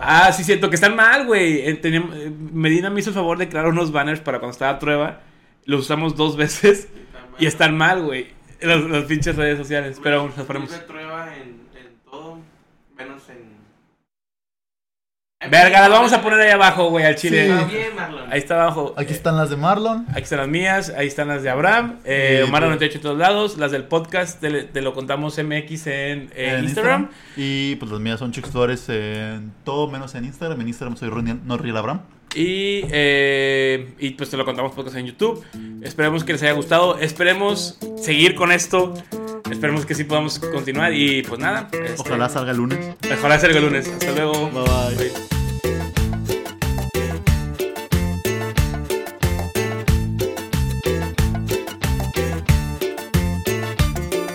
Ah, sí, cierto, que están mal, güey. Eh, teníamos- eh, Medina me hizo el favor de crear unos banners para cuando estaba Trueba. Los usamos dos veces y están mal, güey. Las, las pinches redes sociales. Pero las ponemos. Puse prueba en, en todo, menos en. Verga, las vamos a poner ahí abajo, güey, al chile. Sí. Está bien, Marlon. Ahí está abajo. Aquí Eh, están las de Marlon. Aquí están las mías, ahí están las de Abraham, eh, Sí, Omar pues. 98 en todos lados, las del podcast te, te lo contamos MX en, eh, en Instagram. Y pues las mías son Chicos Flores en todo menos en Instagram. En Instagram soy Ron Norriel Abraham. Y, eh, y pues te lo contamos podcast en YouTube. Esperemos que les haya gustado, esperemos seguir con esto, esperemos que sí podamos continuar y pues nada. este, Ojalá salga el lunes. Ojalá salga el lunes. Hasta luego. Bye bye. Bye.